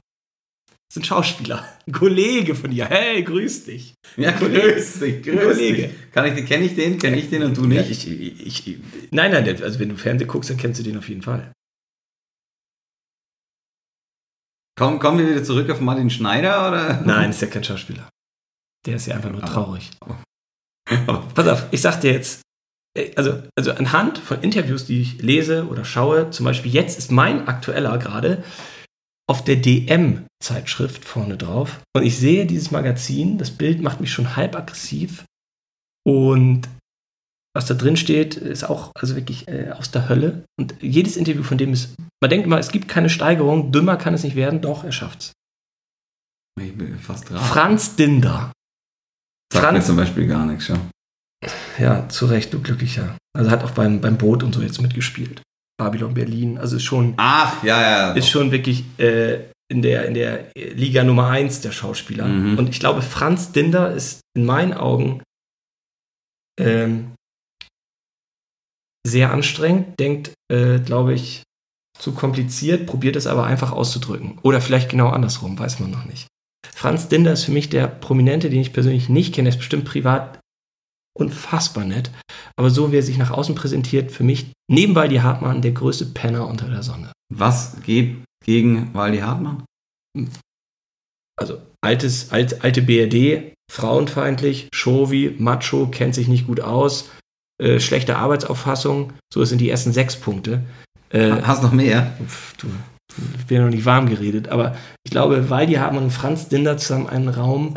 S3: Das sind Schauspieler. Ein Kollege von dir. Hey, grüß dich.
S4: ja, grüß dich, grüß
S3: Kollege.
S4: dich. Kann ich den, kenne ich den, kenne ich den und du nicht?
S3: Ja, ich, ich, ich, nein, nein, der- also wenn du Fernsehen guckst, dann kennst du den auf jeden Fall.
S4: Komm, kommen wir wieder zurück auf Martin Schneider oder?
S3: Nein, ist ja kein Schauspieler. Der ist ja einfach nur
S4: Aber-
S3: traurig.
S4: Aber
S3: Pass auf, ich sag dir jetzt, äh, also, also anhand von Interviews, die ich lese oder schaue, zum Beispiel jetzt ist mein aktueller gerade auf der DM-Zeitschrift vorne drauf und ich sehe dieses Magazin, das Bild macht mich schon halb aggressiv und was da drin steht, ist auch also wirklich äh, aus der Hölle und jedes Interview von dem ist, man denkt immer, es gibt keine Steigerung, dümmer kann es nicht werden, doch, er schafft's.
S4: ich bin fast dran.
S3: Franz Dinder.
S4: Sagt mir
S3: Franz
S4: zum Beispiel gar nichts, schau.
S3: Ja, zu Recht, du Glücklicher. Also hat auch beim, beim Boot und so jetzt mitgespielt. Babylon Berlin, also ist schon,
S4: Ach, ja, ja.
S3: ist schon wirklich äh, in, der, in der Liga Nummer 1 der Schauspieler.
S4: Mhm.
S3: Und ich glaube, Franz Dinder ist in meinen Augen ähm, sehr anstrengend, denkt, äh, glaube ich, zu kompliziert, probiert es aber einfach auszudrücken. Oder vielleicht genau andersrum, weiß man noch nicht. Franz Dinder ist für mich der Prominente, den ich persönlich nicht kenne. Er ist bestimmt privat unfassbar nett. Aber so wie er sich nach außen präsentiert, für mich nebenbei die Hartmann der größte Penner unter der Sonne.
S4: Was geht gegen Waldi Hartmann?
S3: also altes, alt, alte BRD, frauenfeindlich, Chauvi, Macho, kennt sich nicht gut aus, äh, schlechte Arbeitsauffassung, so das sind die ersten sechs Punkte. Äh,
S4: Hast noch mehr?
S3: pf, du, ich bin ja noch nicht warm geredet, aber ich glaube, Waldi Hartmann und Franz Dinder zusammen einen Raum,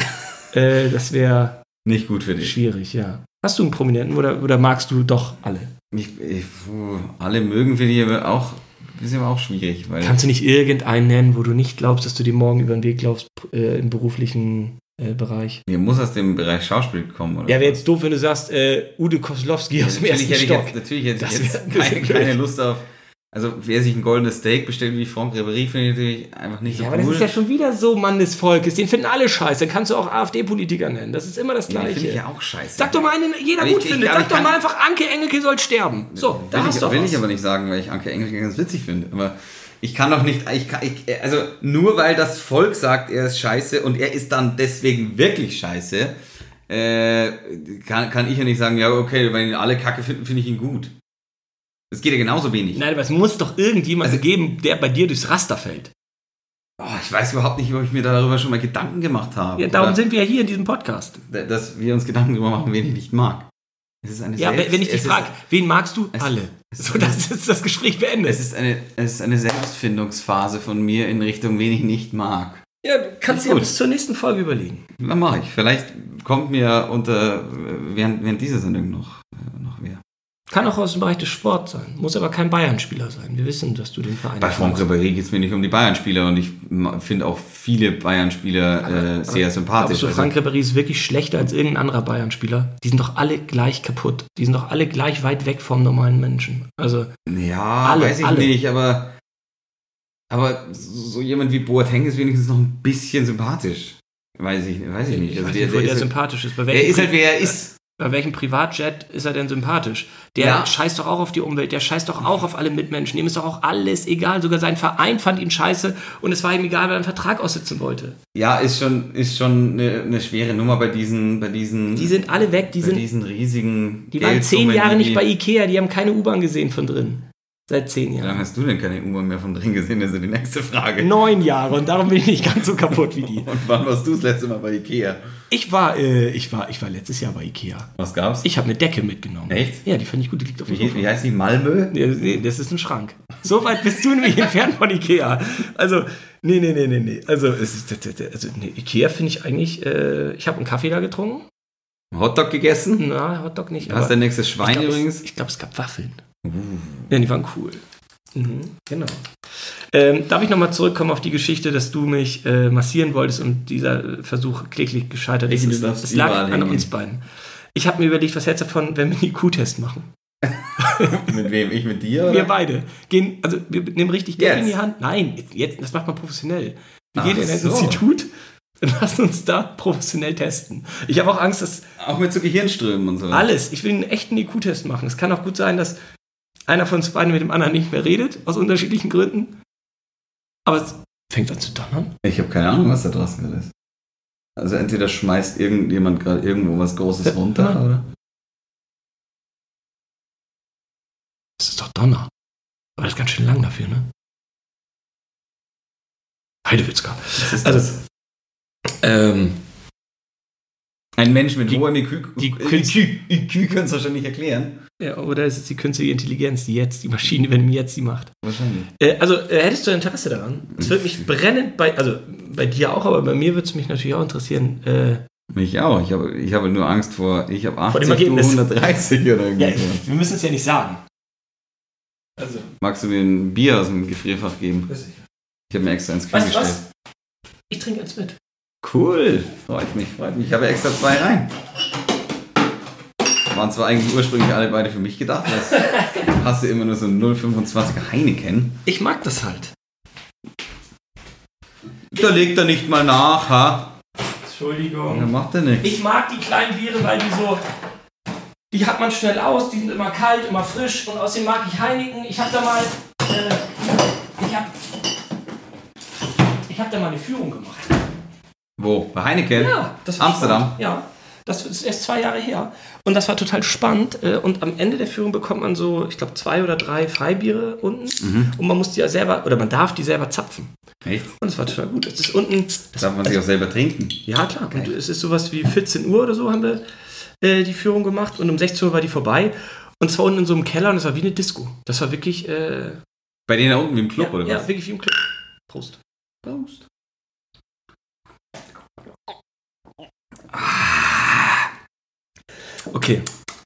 S3: äh, das wäre
S4: Nicht gut für dich.
S3: schwierig, ja. Hast du einen Prominenten oder, oder magst du doch alle?
S4: Ich, ich, puh, alle mögen finde ich aber auch, ist immer auch schwierig, weil
S3: Kannst du nicht irgendeinen nennen, wo du nicht glaubst, dass du dir morgen über den Weg glaubst äh, im beruflichen äh, Bereich?
S4: mir muss aus dem Bereich Schauspiel kommen, oder?
S3: Ja, wäre jetzt doof, wenn du sagst, äh, Udo Koslowski aus dem
S4: natürlich
S3: ersten
S4: hätte ich
S3: Stock.
S4: jetzt, natürlich hätte ich
S3: Das wär ein
S4: jetzt keine,
S3: bisschen
S4: keine
S3: blöd.
S4: Lust auf. Also wer sich ein goldenes Steak bestellt wie Franck Ribéry, finde ich natürlich einfach nicht
S3: Ja,
S4: so
S3: aber
S4: cool.
S3: das ist ja schon wieder so Mann des Volkes. Den finden alle scheiße. Dann kannst du auch AfD-Politiker nennen. Das ist immer das
S4: Ja, den
S3: Gleiche.
S4: finde ich ja auch scheiße.
S3: Sag doch mal einen, den jeder
S4: Aber
S3: gut
S4: ich- ich
S3: findet.
S4: glaube,
S3: Sag
S4: ich
S3: doch
S4: kann-
S3: mal einfach, Anke Engelke soll sterben. So, da
S4: will
S3: hast
S4: ich,
S3: du doch
S4: will
S3: was.
S4: ich aber nicht sagen, weil ich Anke Engelke ganz witzig finde. Aber ich kann doch nicht, ich kann, ich, also nur weil das Volk sagt, er ist scheiße und er ist dann deswegen wirklich scheiße, äh, kann, kann ich ja nicht sagen, ja okay, wenn ihn alle Kacke finden, finde ich ihn gut. Das geht ja genauso wenig.
S3: Nein, aber es muss doch irgendjemanden
S4: Also-
S3: geben, der bei dir durchs Raster fällt.
S4: Oh, ich weiß überhaupt nicht, ob ich mir darüber schon mal Gedanken gemacht habe.
S3: Ja, darum
S4: oder
S3: sind wir ja hier in diesem Podcast.
S4: d- dass wir uns Gedanken darüber machen, wen ich nicht mag. Es ist eine
S3: Ja,
S4: Selbst-
S3: wenn wenn ich dich
S4: es ist-
S3: frage, wen magst du?
S4: es-
S3: Alle.
S4: es-
S3: So, das ist das Gespräch
S4: Es
S3: beendet.
S4: ist, eine, es ist eine Selbstfindungsphase von mir in Richtung, wen ich nicht mag.
S3: Ja, du kannst dir
S4: Gut.
S3: bis zur nächsten Folge überlegen.
S4: Was mache ich? Vielleicht kommt mir unter äh, während, während dieser Sendung noch, äh, noch wer.
S3: Kann auch aus dem Bereich des Sports sein. Muss aber kein Bayern-Spieler sein. Wir wissen, dass du den Verein
S4: Bei Franck Ribéry geht es mir nicht um die Bayern-Spieler und ich ma- finde auch viele Bayern-Spieler äh, sehr sympathisch.
S3: Glaubst du,
S4: Also,
S3: Frank Ribéry ist wirklich schlechter als irgendein anderer Bayern-Spieler? Die sind doch alle gleich kaputt. Die sind doch alle gleich weit weg vom normalen Menschen. Also,
S4: ja,
S3: Alle,
S4: weiß ich
S3: alle.
S4: nicht, aber, aber so jemand wie Boateng ist wenigstens noch ein bisschen sympathisch. Weiß ich, weiß ich nicht.
S3: ich
S4: Also
S3: weiß
S4: der,
S3: nicht, wo
S4: der,
S3: der
S4: ist,
S3: sympathisch ist. Bei
S4: der
S3: welchem,
S4: ist
S3: Pri-
S4: halt, wer er ist.
S3: bei welchem Privatjet ist er denn sympathisch? Der
S4: Ja.
S3: scheißt doch auch auf die Umwelt. Der scheißt doch auch auf alle Mitmenschen. Dem ist doch auch alles egal. Sogar sein Verein fand ihn scheiße und es war ihm egal, weil er einen Vertrag aussitzen wollte.
S4: Ja, ist schon, ist schon eine, eine schwere Nummer bei diesen, bei diesen,
S3: Die sind alle weg. Die,
S4: bei
S3: sind,
S4: diesen riesigen.
S3: die waren zehn
S4: Geldsummen,
S3: Jahre
S4: die-
S3: nicht bei Ikea. Die haben keine U-Bahn gesehen von drin. Seit zehn
S4: Wie
S3: Jahren.
S4: lange hast du denn keine U-Bahn mehr von drin gesehen? Das ist die nächste Frage.
S3: Neun Jahre und darum bin ich nicht ganz so kaputt wie die.
S4: Und wann warst du das letzte Mal bei Ikea?
S3: Ich war, äh, ich war, ich war letztes Jahr bei Ikea.
S4: Was gab's?
S3: Ich habe eine Decke mitgenommen.
S4: Echt?
S3: Ja, die fand ich gut. Die liegt auf dem
S4: Wie,
S3: Sofa.
S4: wie heißt die? Malmö?
S3: Nee, nee, das ist ein Schrank. So weit bist du nämlich entfernt von Ikea. Also, nee, nee, nee, nee, nee. Also, es ist, also nee, Ikea finde ich eigentlich, äh, ich habe einen Kaffee da getrunken.
S4: Hotdog gegessen?
S3: Na, Hotdog nicht.
S4: Du hast dein nächstes
S3: ich
S4: Schwein
S3: glaub,
S4: übrigens.
S3: es, ich glaub, es gab Waffeln. Ja, die waren cool. Uh. Mhm, genau. Ähm, darf ich nochmal zurückkommen auf die Geschichte, dass du mich äh, massieren wolltest und dieser äh, Versuch kläglich gescheitert
S4: Ich-
S3: ist?
S4: du
S3: Es-
S4: darfst
S3: es lag
S4: überall
S3: an
S4: hingehen.
S3: uns beiden. Ich habe mir überlegt, was hältst du davon, wenn wir einen IQ-Test machen?
S4: Mit wem? Ich mit dir?
S3: Wir beide. Gehen, also wir nehmen richtig Geld
S4: Jetzt.
S3: in die Hand. Nein, jetzt- jetzt, das macht man professionell. Wir
S4: Ach
S3: gehen in ein
S4: so.
S3: Institut und lassen uns da professionell testen. Ich habe auch Angst, dass
S4: Auch mit so Gehirnströmen und so.
S3: alles. Ich will einen echten IQ-Test machen. Es kann auch gut sein, dass einer von uns beiden mit dem anderen nicht mehr redet, aus unterschiedlichen Gründen. Aber es fängt an zu donnern.
S4: Ich habe keine Ahnung, was da draußen gerade ist. Also entweder schmeißt irgendjemand gerade irgendwo was Großes runter oder.
S3: Das ist doch Donner. Aber das ist ganz schön lang dafür, ne? Heidewitzka. Also, ähm,
S4: Ein Mensch mit
S3: Die-
S4: hohem IQ,
S3: die-
S4: IQ, IQ kannst du wahrscheinlich erklären.
S3: ja, oder ist es die künstliche Intelligenz, die jetzt, die Maschine, wenn mir jetzt die macht?
S4: Wahrscheinlich.
S3: Äh, also, äh, hättest du Interesse daran? Es würde mich brennend bei, also bei dir auch, aber bei mir würde es mich natürlich auch interessieren. Äh,
S4: Mich auch. Ich habe, ich habe nur Angst vor, ich habe
S3: Vor dem
S4: 80, du
S3: Ergebnis.
S4: 130 oder
S3: ja,
S4: irgendwas.
S3: wir müssen es ja nicht sagen. Also,
S4: Magst du mir ein Bier aus dem Gefrierfach geben?
S3: weiß ich.
S4: Ich habe mir extra eins Kühl
S3: Weißt du
S4: gestellt.
S3: was? Ich trinke eins mit.
S4: Cool. Freut mich, freut mich. Ich habe extra zwei rein. Waren zwar eigentlich ursprünglich alle beide für mich gedacht, das hast du immer nur so ein 0,25er Heineken.
S3: Ich mag das halt.
S4: Da legt er nicht mal nach, ha? Da
S3: Entschuldigung.
S4: macht er nichts.
S3: Ich mag die kleinen Biere, weil die so. Die hat man schnell aus, die sind immer kalt, immer frisch und außerdem mag ich Heineken. Ich hab da mal. Äh, ich hab. Ich hab da mal eine Führung gemacht.
S4: Wo? Bei Heineken?
S3: das
S4: Amsterdam.
S3: Spannend. Ja. Das ist erst zwei Jahre her. Und das war total spannend. äh, Und am Ende der Führung bekommt man so, ich glaube, zwei oder drei Freibiere unten.
S4: Mhm.
S3: Und man muss die ja selber, oder man darf die selber zapfen.
S4: Echt?
S3: Und das war total gut. Es ist unten, das
S4: Darf man sich auch selber trinken?
S3: Ja, klar. Und es ist sowas wie 14 Uhr oder so haben wir äh, die Führung gemacht und um 16 Uhr war die vorbei. Und zwar unten in so einem Keller und es war wie eine Disco. Das war wirklich, äh,
S4: Bei denen da unten wie im Club
S3: ja,
S4: oder
S3: ja,
S4: was?
S3: wirklich wie im Club. Prost. Prost. Okay,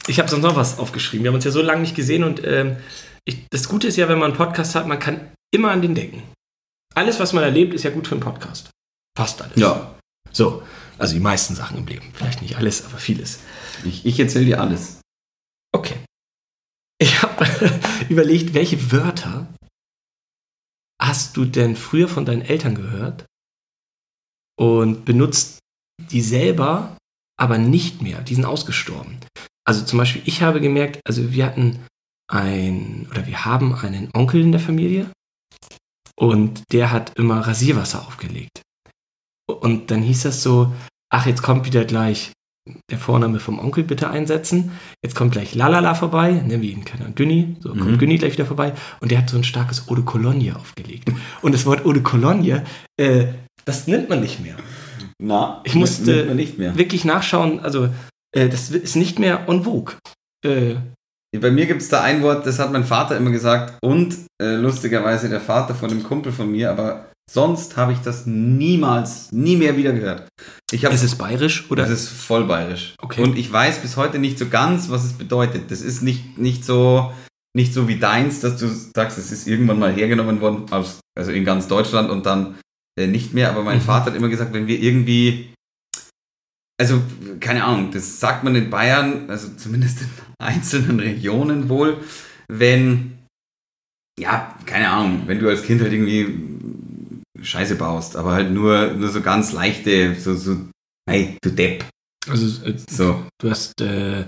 S3: ich habe sonst noch was aufgeschrieben. Wir haben uns ja so lange nicht gesehen und ähm, ich, das Gute ist ja, wenn man einen Podcast hat, man kann immer an den denken. Alles, was man erlebt, ist ja gut für einen Podcast. Fast alles.
S4: Ja.
S3: So, also die meisten Sachen im Leben. Vielleicht nicht alles, aber vieles.
S4: Ich, ich erzähle dir alles.
S3: Okay. Ich habe überlegt, welche Wörter hast du denn früher von deinen Eltern gehört und benutzt die selber, aber nicht mehr. Die sind ausgestorben. Also zum Beispiel, ich habe gemerkt, also wir hatten ein oder wir haben einen Onkel in der Familie und der hat immer Rasierwasser aufgelegt. Und dann hieß das so, ach, jetzt kommt wieder gleich der Vorname vom Onkel bitte einsetzen. Jetzt kommt gleich Lalala vorbei, nennen wir ihn, keine Ahnung, Günni. So kommt
S4: Mhm.
S3: Günni gleich wieder vorbei und der hat so ein starkes Eau de Cologne aufgelegt. Und das Wort Eau de Cologne, äh, das nimmt man nicht mehr.
S4: Na,
S3: Ich musste-
S4: nimmt man nicht mehr.
S3: Wirklich nachschauen, also äh, das ist nicht mehr en vogue. Äh,
S4: Bei mir gibt es da ein Wort, das hat mein Vater immer gesagt und äh, lustigerweise der Vater von einem Kumpel von mir, aber sonst habe ich das niemals, nie mehr wieder gehört. Ich habe
S3: ist es bayerisch oder?
S4: Das ist voll bayerisch.
S3: Okay.
S4: Und ich weiß bis heute nicht so ganz, was es bedeutet. Das ist nicht, nicht, so, nicht so wie deins, dass du sagst, es ist irgendwann mal hergenommen worden, aus, also in ganz Deutschland und dann äh, nicht mehr. Aber mein
S3: Mhm.
S4: Vater hat immer gesagt, wenn wir irgendwie. Also, keine Ahnung, das sagt man in Bayern, also zumindest in einzelnen Regionen wohl, wenn. Ja, keine Ahnung, wenn du als Kind halt irgendwie Scheiße baust, aber halt nur, nur so ganz leichte, so, so, hey, du Depp,
S3: also äh,
S4: so,
S3: du hast äh,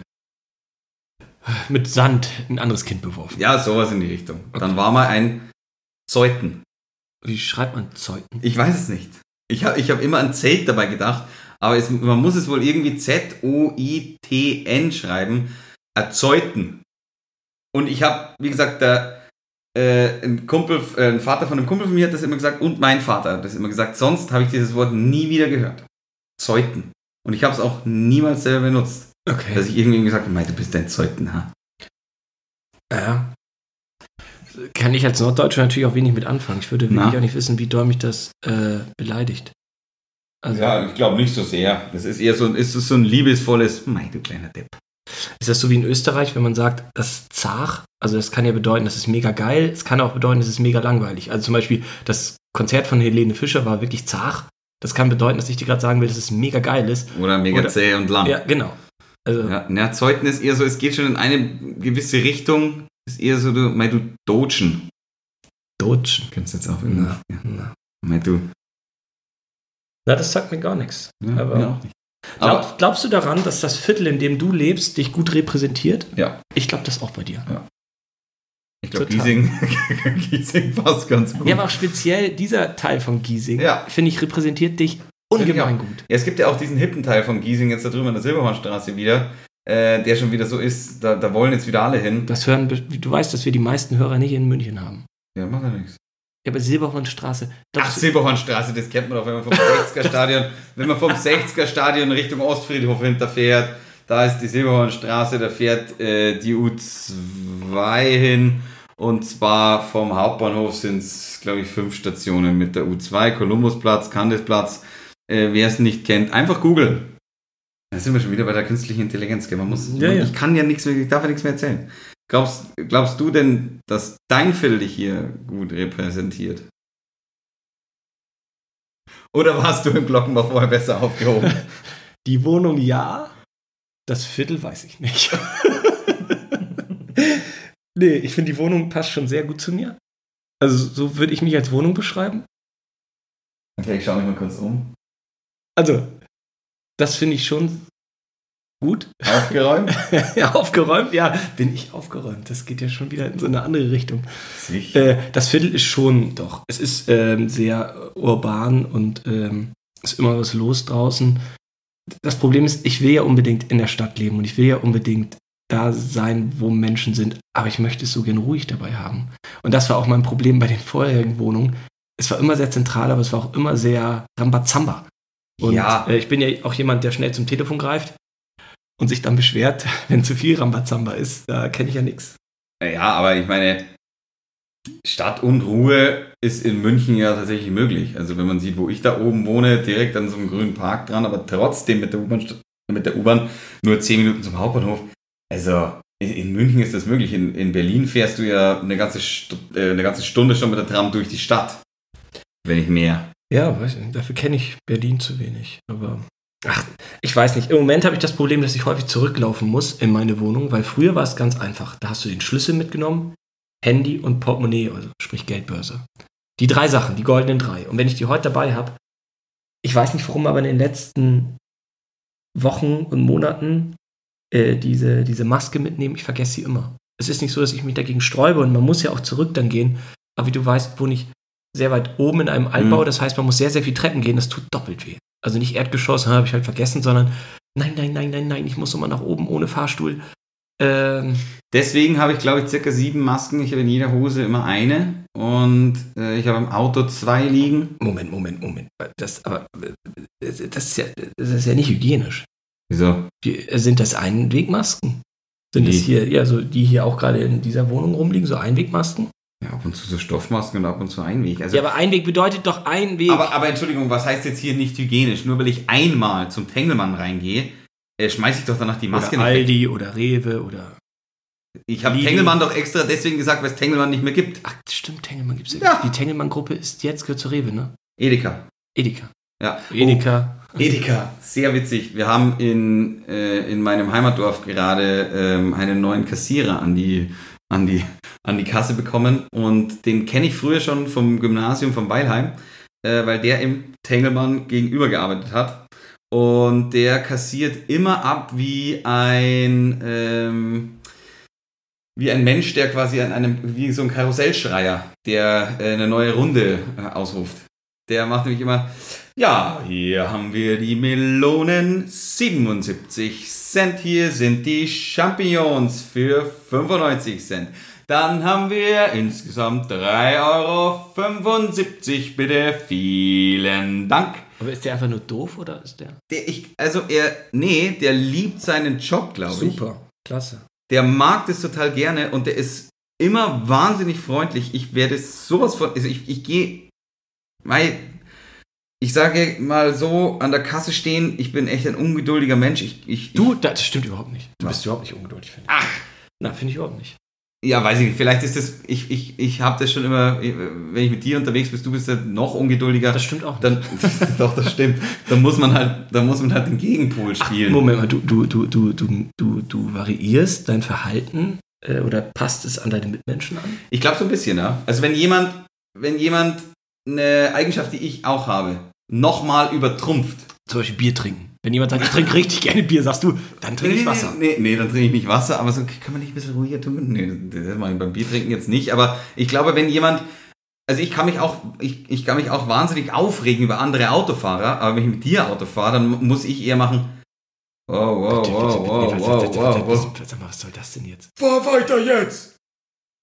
S3: mit Sand ein anderes Kind beworfen.
S4: ja, sowas in die Richtung. Dann war mal ein Zeuten.
S3: Wie schreibt man Zeuten?
S4: Ich weiß es nicht. Ich habe ich hab immer an Zelt dabei gedacht, aber es, man muss es wohl irgendwie Z-O-I-T-N schreiben. Erzeuten. Und ich habe, wie gesagt, der, äh, ein Kumpel, äh, ein Vater von einem Kumpel von mir hat das immer gesagt und mein Vater hat das immer gesagt. Sonst habe ich dieses Wort nie wieder gehört. Zeuten. Und ich habe es auch niemals selber benutzt.
S3: Okay.
S4: Dass ich irgendwie gesagt habe, "Mei, du bist ein Zeuten, ha?
S3: Ja. Kann ich als Norddeutscher natürlich auch wenig mit anfangen. Ich würde
S4: Na?
S3: wirklich auch nicht wissen, wie doll mich das äh, beleidigt. Also,
S4: Ja, ich glaube nicht so sehr. Das ist eher so ein, ist es so ein liebesvolles, mein du kleiner Depp.
S3: Ist das so wie in Österreich, wenn man sagt, das Zach? Also, das kann ja bedeuten, das ist mega geil. Es kann auch bedeuten, das ist mega langweilig. Also, zum Beispiel, das Konzert von Helene Fischer war wirklich Zach. Das kann bedeuten, dass ich dir gerade sagen will, dass es mega geil ist.
S4: Oder mega
S3: Oder-
S4: zäh und lang.
S3: Ja,
S4: Ja.
S3: genau. Also,
S4: Ja, na, Zeuthen ist eher so, es geht schon in eine gewisse Richtung. Ist eher so, du, mein du Dotschen.
S3: Deutsch.
S4: Kannst jetzt auch
S3: Na,
S4: immer. Ja.
S3: na.
S4: Mein du.
S3: na, das sagt mir gar nichts.
S4: Ja,
S3: Aber-
S4: mir auch nicht. Aber,
S3: Glaub, glaubst du daran, dass das Viertel, in dem du lebst, dich gut repräsentiert?
S4: Ja.
S3: Ich glaube das auch bei dir.
S4: ich glaube,
S3: total.
S4: Giesing, Giesing passt ganz gut.
S3: Ja, aber auch speziell dieser Teil von Giesing,
S4: Ja.
S3: finde ich, repräsentiert dich ungemein gut.
S4: Ja, es gibt ja auch diesen hippen Teil von Giesing jetzt da drüben an der Silberhornstraße wieder, äh, der schon wieder so ist, da, da wollen jetzt wieder alle hin.
S3: Das hören, be- du weißt, dass wir die meisten Hörer nicht in München haben.
S4: Ja, macht ja nichts.
S3: Ja, aber Silberhornstraße.
S4: Ach,
S3: glaubst du-
S4: Silberhornstraße, das kennt man doch, wenn man vom 60er-Stadion, wenn man vom 60er-Stadion Richtung Ostfriedhof hinterfährt. Da ist die Silberhornstraße, da fährt äh, die U2 hin. Und zwar vom Hauptbahnhof sind es, glaube ich, fünf Stationen mit der U2, Kolumbusplatz, Kandisplatz. Äh, Wer es nicht kennt, einfach googeln. Da sind wir schon wieder bei der künstlichen Intelligenz. Gell? Man muss,
S3: Ja, ja.
S4: Ich kann ja nichts mehr, ich darf ja nichts mehr erzählen. Glaubst, glaubst du denn, dass dein Viertel dich hier gut repräsentiert? Oder warst du im Glockenbach vorher besser aufgehoben?
S3: die Wohnung ja, das Viertel weiß ich nicht. nee, ich finde, die Wohnung passt schon sehr gut zu mir. Also, so würde ich mich als Wohnung beschreiben.
S4: Okay, ich schaue mich mal kurz um.
S3: Also, das finde ich schon gut.
S4: Aufgeräumt?
S3: ja, aufgeräumt, ja, bin ich aufgeräumt. Das geht ja schon wieder in so eine andere Richtung.
S4: Sicher.
S3: Äh, das Viertel ist schon, doch, es ist ähm, sehr urban und ähm, ist immer was los draußen. Das Problem ist, ich will ja unbedingt in der Stadt leben und ich will ja unbedingt da sein, wo Menschen sind, aber ich möchte es so gern ruhig dabei haben. Und das war auch mein Problem bei den vorherigen Wohnungen. Es war immer sehr zentral, aber es war auch immer sehr Rambazamba. Und
S4: Ja.
S3: äh, ich bin ja auch jemand, der schnell zum Telefon greift und sich dann beschwert, wenn zu viel Rambazamba ist. Da kenne ich ja nichts.
S4: Ja, aber ich meine, Stadt und Ruhe ist in München ja tatsächlich möglich. Also wenn man sieht, wo ich da oben wohne, direkt an so einem grünen Park dran, aber trotzdem mit der U-Bahn mit der U-Bahn nur 10 Minuten zum Hauptbahnhof. Also in, in München ist das möglich. In, in Berlin fährst du ja eine ganze, Stu- äh, eine ganze Stunde schon mit der Tram durch die Stadt. Wenn nicht mehr.
S3: Ja, weiß nicht. dafür kenne ich Berlin zu wenig. Aber ach, ich weiß nicht. Im Moment habe ich das Problem, dass ich häufig zurücklaufen muss in meine Wohnung, weil früher war es ganz einfach. Da hast du den Schlüssel mitgenommen, Handy und Portemonnaie, also sprich Geldbörse. Die drei Sachen, die goldenen drei. Und wenn ich die heute dabei habe, ich weiß nicht warum, aber in den letzten Wochen und Monaten äh, diese, diese Maske mitnehmen, ich vergesse sie immer. Es ist nicht so, dass ich mich dagegen sträube und man muss ja auch zurück dann gehen. Aber wie du weißt, wohne ich sehr weit oben in einem Altbau.
S4: Mhm.
S3: Das heißt, man muss sehr, sehr viel Treppen gehen. Das tut doppelt weh. Also nicht Erdgeschoss, habe ich halt vergessen, sondern nein, nein, nein, nein, nein, ich muss nochmal nach oben ohne Fahrstuhl. Ähm,
S4: Deswegen habe ich, glaube ich, circa sieben Masken. Ich habe in jeder Hose immer eine. Und äh, ich habe im Auto zwei liegen.
S3: Moment, Moment, Moment. Das, aber, äh, das, ist ja, das ist ja nicht hygienisch.
S4: Wieso?
S3: Die- äh, Sind das Einwegmasken? Sind das
S4: Nee.
S3: hier, ja, so die hier auch gerade in dieser Wohnung rumliegen, so Einwegmasken?
S4: Ja, ab und zu so Stoffmasken und ab und zu Einweg. Also,
S3: Ja, aber Einweg bedeutet doch Einweg.
S4: aber, aber Entschuldigung, was heißt jetzt hier nicht hygienisch? Nur weil ich einmal zum Tengelmann reingehe, äh, schmeiße ich doch danach die Maske
S3: oder
S4: nicht weg.
S3: Aldi oder Rewe oder.
S4: Ich habe
S3: Lidl.
S4: Tengelmann doch extra deswegen gesagt, weil es Tengelmann nicht mehr gibt.
S3: Ach, stimmt, Tengelmann gibt's ja.
S4: Ja.
S3: Die Tengelmann-Gruppe ist jetzt gehört zur Rewe, ne?
S4: Edeka.
S3: Edeka.
S4: Ja.
S3: Edeka.
S4: Edeka, sehr witzig. Wir haben in, äh, in meinem Heimatdorf gerade ähm, einen neuen Kassierer an die, an, die, an die Kasse bekommen und den kenne ich früher schon vom Gymnasium von Weilheim, äh, weil der im Tengelmann gegenüber gearbeitet hat. Und der kassiert immer ab wie ein, ähm, wie ein Mensch, der quasi an einem, wie so ein Karussellschreier, der äh, eine neue Runde äh, ausruft. Der macht nämlich immer, ja, hier haben wir die Melonen 77 Cent, hier sind die Champignons für 95 Cent. Dann haben wir insgesamt 3,75 Euro, bitte, vielen Dank.
S3: Aber ist der einfach nur doof oder ist der?
S4: Der, ich, also er, nee, der liebt seinen Job, glaube ich.
S3: klasse.
S4: Der mag das total gerne und der ist immer wahnsinnig freundlich. Ich werde sowas von. Also ich, ich gehe. Mei. Ich sage mal so, an der Kasse stehen, ich bin echt ein ungeduldiger Mensch. Ich, ich,
S3: Du, das stimmt überhaupt nicht. Du
S4: Was?
S3: bist überhaupt nicht ungeduldig, finde
S4: Ach!
S3: ich. Na, finde ich überhaupt nicht.
S4: Ja, weiß ich nicht. Vielleicht ist das. Ich, ich, ich habe das schon immer. Wenn ich mit dir unterwegs bist, du bist ja noch ungeduldiger.
S3: Das stimmt auch nicht.
S4: Dann, doch, das stimmt. Dann muss man halt, dann muss man halt den Gegenpol spielen.
S3: Moment mal, du, du, du, du, du, du, du variierst dein Verhalten äh, oder passt es an deine Mitmenschen an?
S4: Ich glaube so ein bisschen, ja. Also wenn jemand, wenn jemand eine Eigenschaft, die ich auch habe, nochmal übertrumpft.
S3: Zum Beispiel Bier trinken. Wenn jemand sagt, ich trinke richtig gerne Bier, sagst du, dann trinke ich Wasser.
S4: Nee, nee, nee, dann trinke ich nicht Wasser, aber so okay, kann man nicht ein bisschen ruhiger tun. Nee, das mache ich beim Bier trinken jetzt nicht, aber ich glaube, wenn jemand, also ich kann mich auch, ich, ich kann mich auch wahnsinnig aufregen über andere Autofahrer, aber wenn ich mit dir Auto fahre, dann muss ich eher machen. Wow, wow, wow, wow, wow, wow, wow.
S3: Sag mal, was soll das denn jetzt?
S4: Fahr weiter jetzt!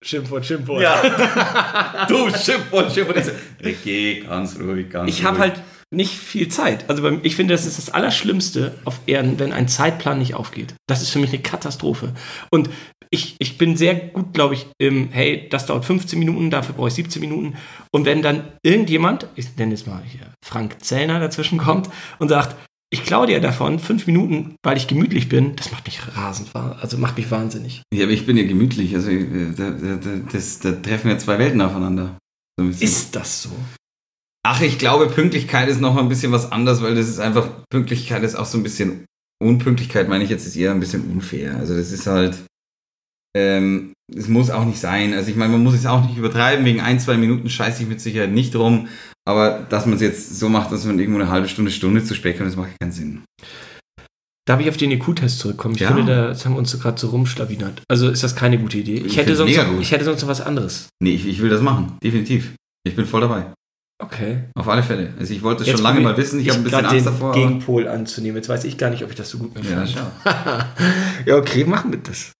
S3: Schimpfwort, Schimpfwort.
S4: Ja. du Schimpfwort, Schimpfwort. Ich so, Ricky, ganz ruhig, ganz
S3: Ich habe
S4: ruhig.
S3: halt nicht viel Zeit. Also beim- ich finde, das ist das Allerschlimmste auf Erden, wenn ein Zeitplan nicht aufgeht. Das ist für mich eine Katastrophe. Und ich, ich bin sehr gut, glaube ich, im, hey, das dauert 15 Minuten, dafür brauche ich 17 Minuten. Und wenn dann irgendjemand, ich nenne jetzt mal hier Frank Zellner dazwischen kommt und sagt, ich klaue dir davon fünf Minuten, weil ich gemütlich bin, das macht mich rasend, wa- also macht mich wahnsinnig.
S4: Ja, aber ich bin ja gemütlich. Also äh, da, da, da, das, da treffen ja zwei Welten aufeinander. So ein bisschen.
S3: Ist das so?
S4: Ach, ich glaube, Pünktlichkeit ist noch mal ein bisschen was anderes, weil das ist einfach, Pünktlichkeit ist auch so ein bisschen, Unpünktlichkeit meine ich jetzt, ist eher ein bisschen unfair. Also das ist halt, ähm, es muss auch nicht sein. Also ich meine, man muss es auch nicht übertreiben, wegen ein, zwei Minuten scheiße ich mit Sicherheit nicht rum, aber dass man es jetzt so macht, dass man irgendwo eine halbe Stunde, Stunde zu spät kommt, das macht keinen Sinn.
S3: Darf ich auf den EQ-Test zurückkommen? Ich
S4: Ja.
S3: finde, da das haben wir uns so gerade so rumschlawinert. Also ist das keine gute Idee.
S4: Ich
S3: Ich hätte,
S4: find's
S3: sonst
S4: mega
S3: noch,
S4: gut.
S3: ich hätte sonst noch was anderes.
S4: Nee, ich, ich will das machen, definitiv. Ich bin voll dabei.
S3: Okay.
S4: Auf alle Fälle. Also ich wollte das
S3: Jetzt
S4: schon lange
S3: probier-
S4: mal wissen, ich, habe ein bisschen
S3: grad
S4: Angst
S3: den
S4: davor. aber-
S3: Gegenpol anzunehmen. Jetzt weiß ich gar nicht, ob ich das so gut mehr
S4: Ja,
S3: finde.
S4: schau.
S3: ja, okay, machen wir das.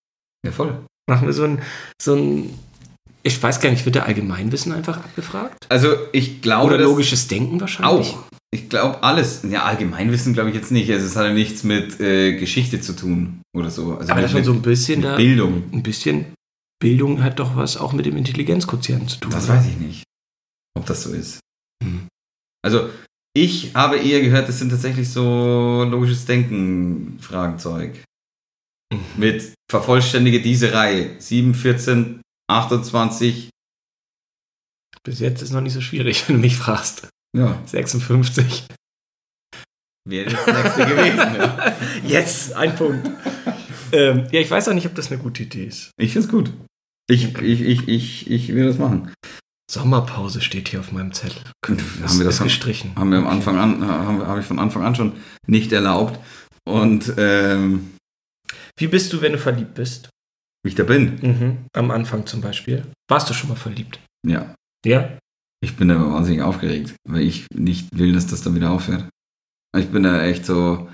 S4: Ja, voll.
S3: Machen wir so ein, so ein. Ich weiß gar nicht, wird da Allgemeinwissen einfach abgefragt?
S4: Also ich glaube,
S3: Oder
S4: dass-
S3: logisches Denken wahrscheinlich?
S4: Auch. Ich glaube, alles. Ja, Allgemeinwissen glaube ich jetzt nicht. Also, es hat ja nichts mit äh, Geschichte zu tun oder so. Also
S3: Aber
S4: mit,
S3: dass man so ein bisschen
S4: mit
S3: da.
S4: Bildung.
S3: Ein bisschen. Bildung hat doch was auch mit dem Intelligenzquotienten zu tun.
S4: Das
S3: oder?
S4: weiß ich nicht, ob das so ist.
S3: Hm.
S4: Also, ich habe eher gehört, das sind tatsächlich so logisches Denken-Fragenzeug.
S3: Mhm.
S4: Mit vervollständige diese Reihe. 7, 14, 28.
S3: Bis jetzt ist noch nicht so schwierig, wenn du mich fragst.
S4: Ja,
S3: 56.
S4: wäre das nächste gewesen. Ja.
S3: Yes, ein Punkt. ähm, ja, ich weiß auch nicht, ob das eine gute Idee ist.
S4: Ich finde es gut. Ich, ich, ich, ich, ich will das machen.
S3: Sommerpause steht hier auf meinem Zettel.
S4: Haben wir das
S3: ist
S4: am-
S3: gestrichen.
S4: haben wir am Anfang an, äh, haben, habe ich von Anfang an schon nicht erlaubt. Und ähm,
S3: Wie bist du, wenn du verliebt bist?
S4: wie ich da bin,
S3: Am Anfang zum Beispiel. Warst du schon mal verliebt?
S4: ja,
S3: Ja.
S4: ich bin da wahnsinnig aufgeregt, weil ich nicht will, dass das dann wieder aufhört. Ich bin da echt so,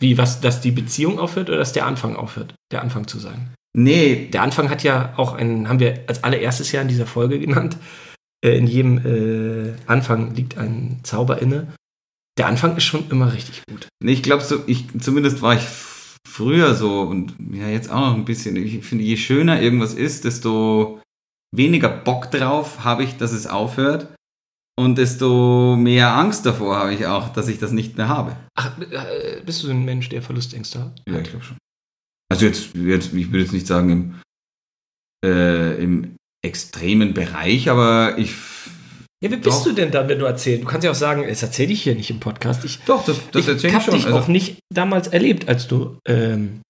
S3: Wie, was, dass die Beziehung aufhört oder dass der Anfang aufhört, der Anfang zu sein?
S4: Nee,
S3: Der Anfang hat ja auch einen, haben wir als allererstes Jahr in dieser Folge genannt. Äh, in jedem äh, Anfang liegt ein Zauber inne. Der Anfang ist schon immer richtig gut.
S4: Nee, ich glaube, so, ich, zumindest war ich f- früher so und ja, jetzt auch noch ein bisschen. Ich finde, je schöner irgendwas ist, desto weniger Bock drauf habe ich, dass es aufhört und desto mehr Angst davor habe ich auch, dass ich das nicht mehr habe.
S3: Ach, äh, bist du so ein Mensch, der Verlustängste hat?
S4: glaube schon. Also jetzt, jetzt ich würde jetzt nicht sagen im, äh, im extremen Bereich, aber ich... f-
S3: Ja, wer
S4: Doch.
S3: bist du denn dann, wenn du erzählst? Du kannst ja auch sagen, das erzähle ich hier nicht im Podcast. Ich,
S4: Doch, das, das
S3: ich
S4: erzähle ich
S3: habe
S4: schon. also
S3: dich auch nicht damals erlebt, als du ähm,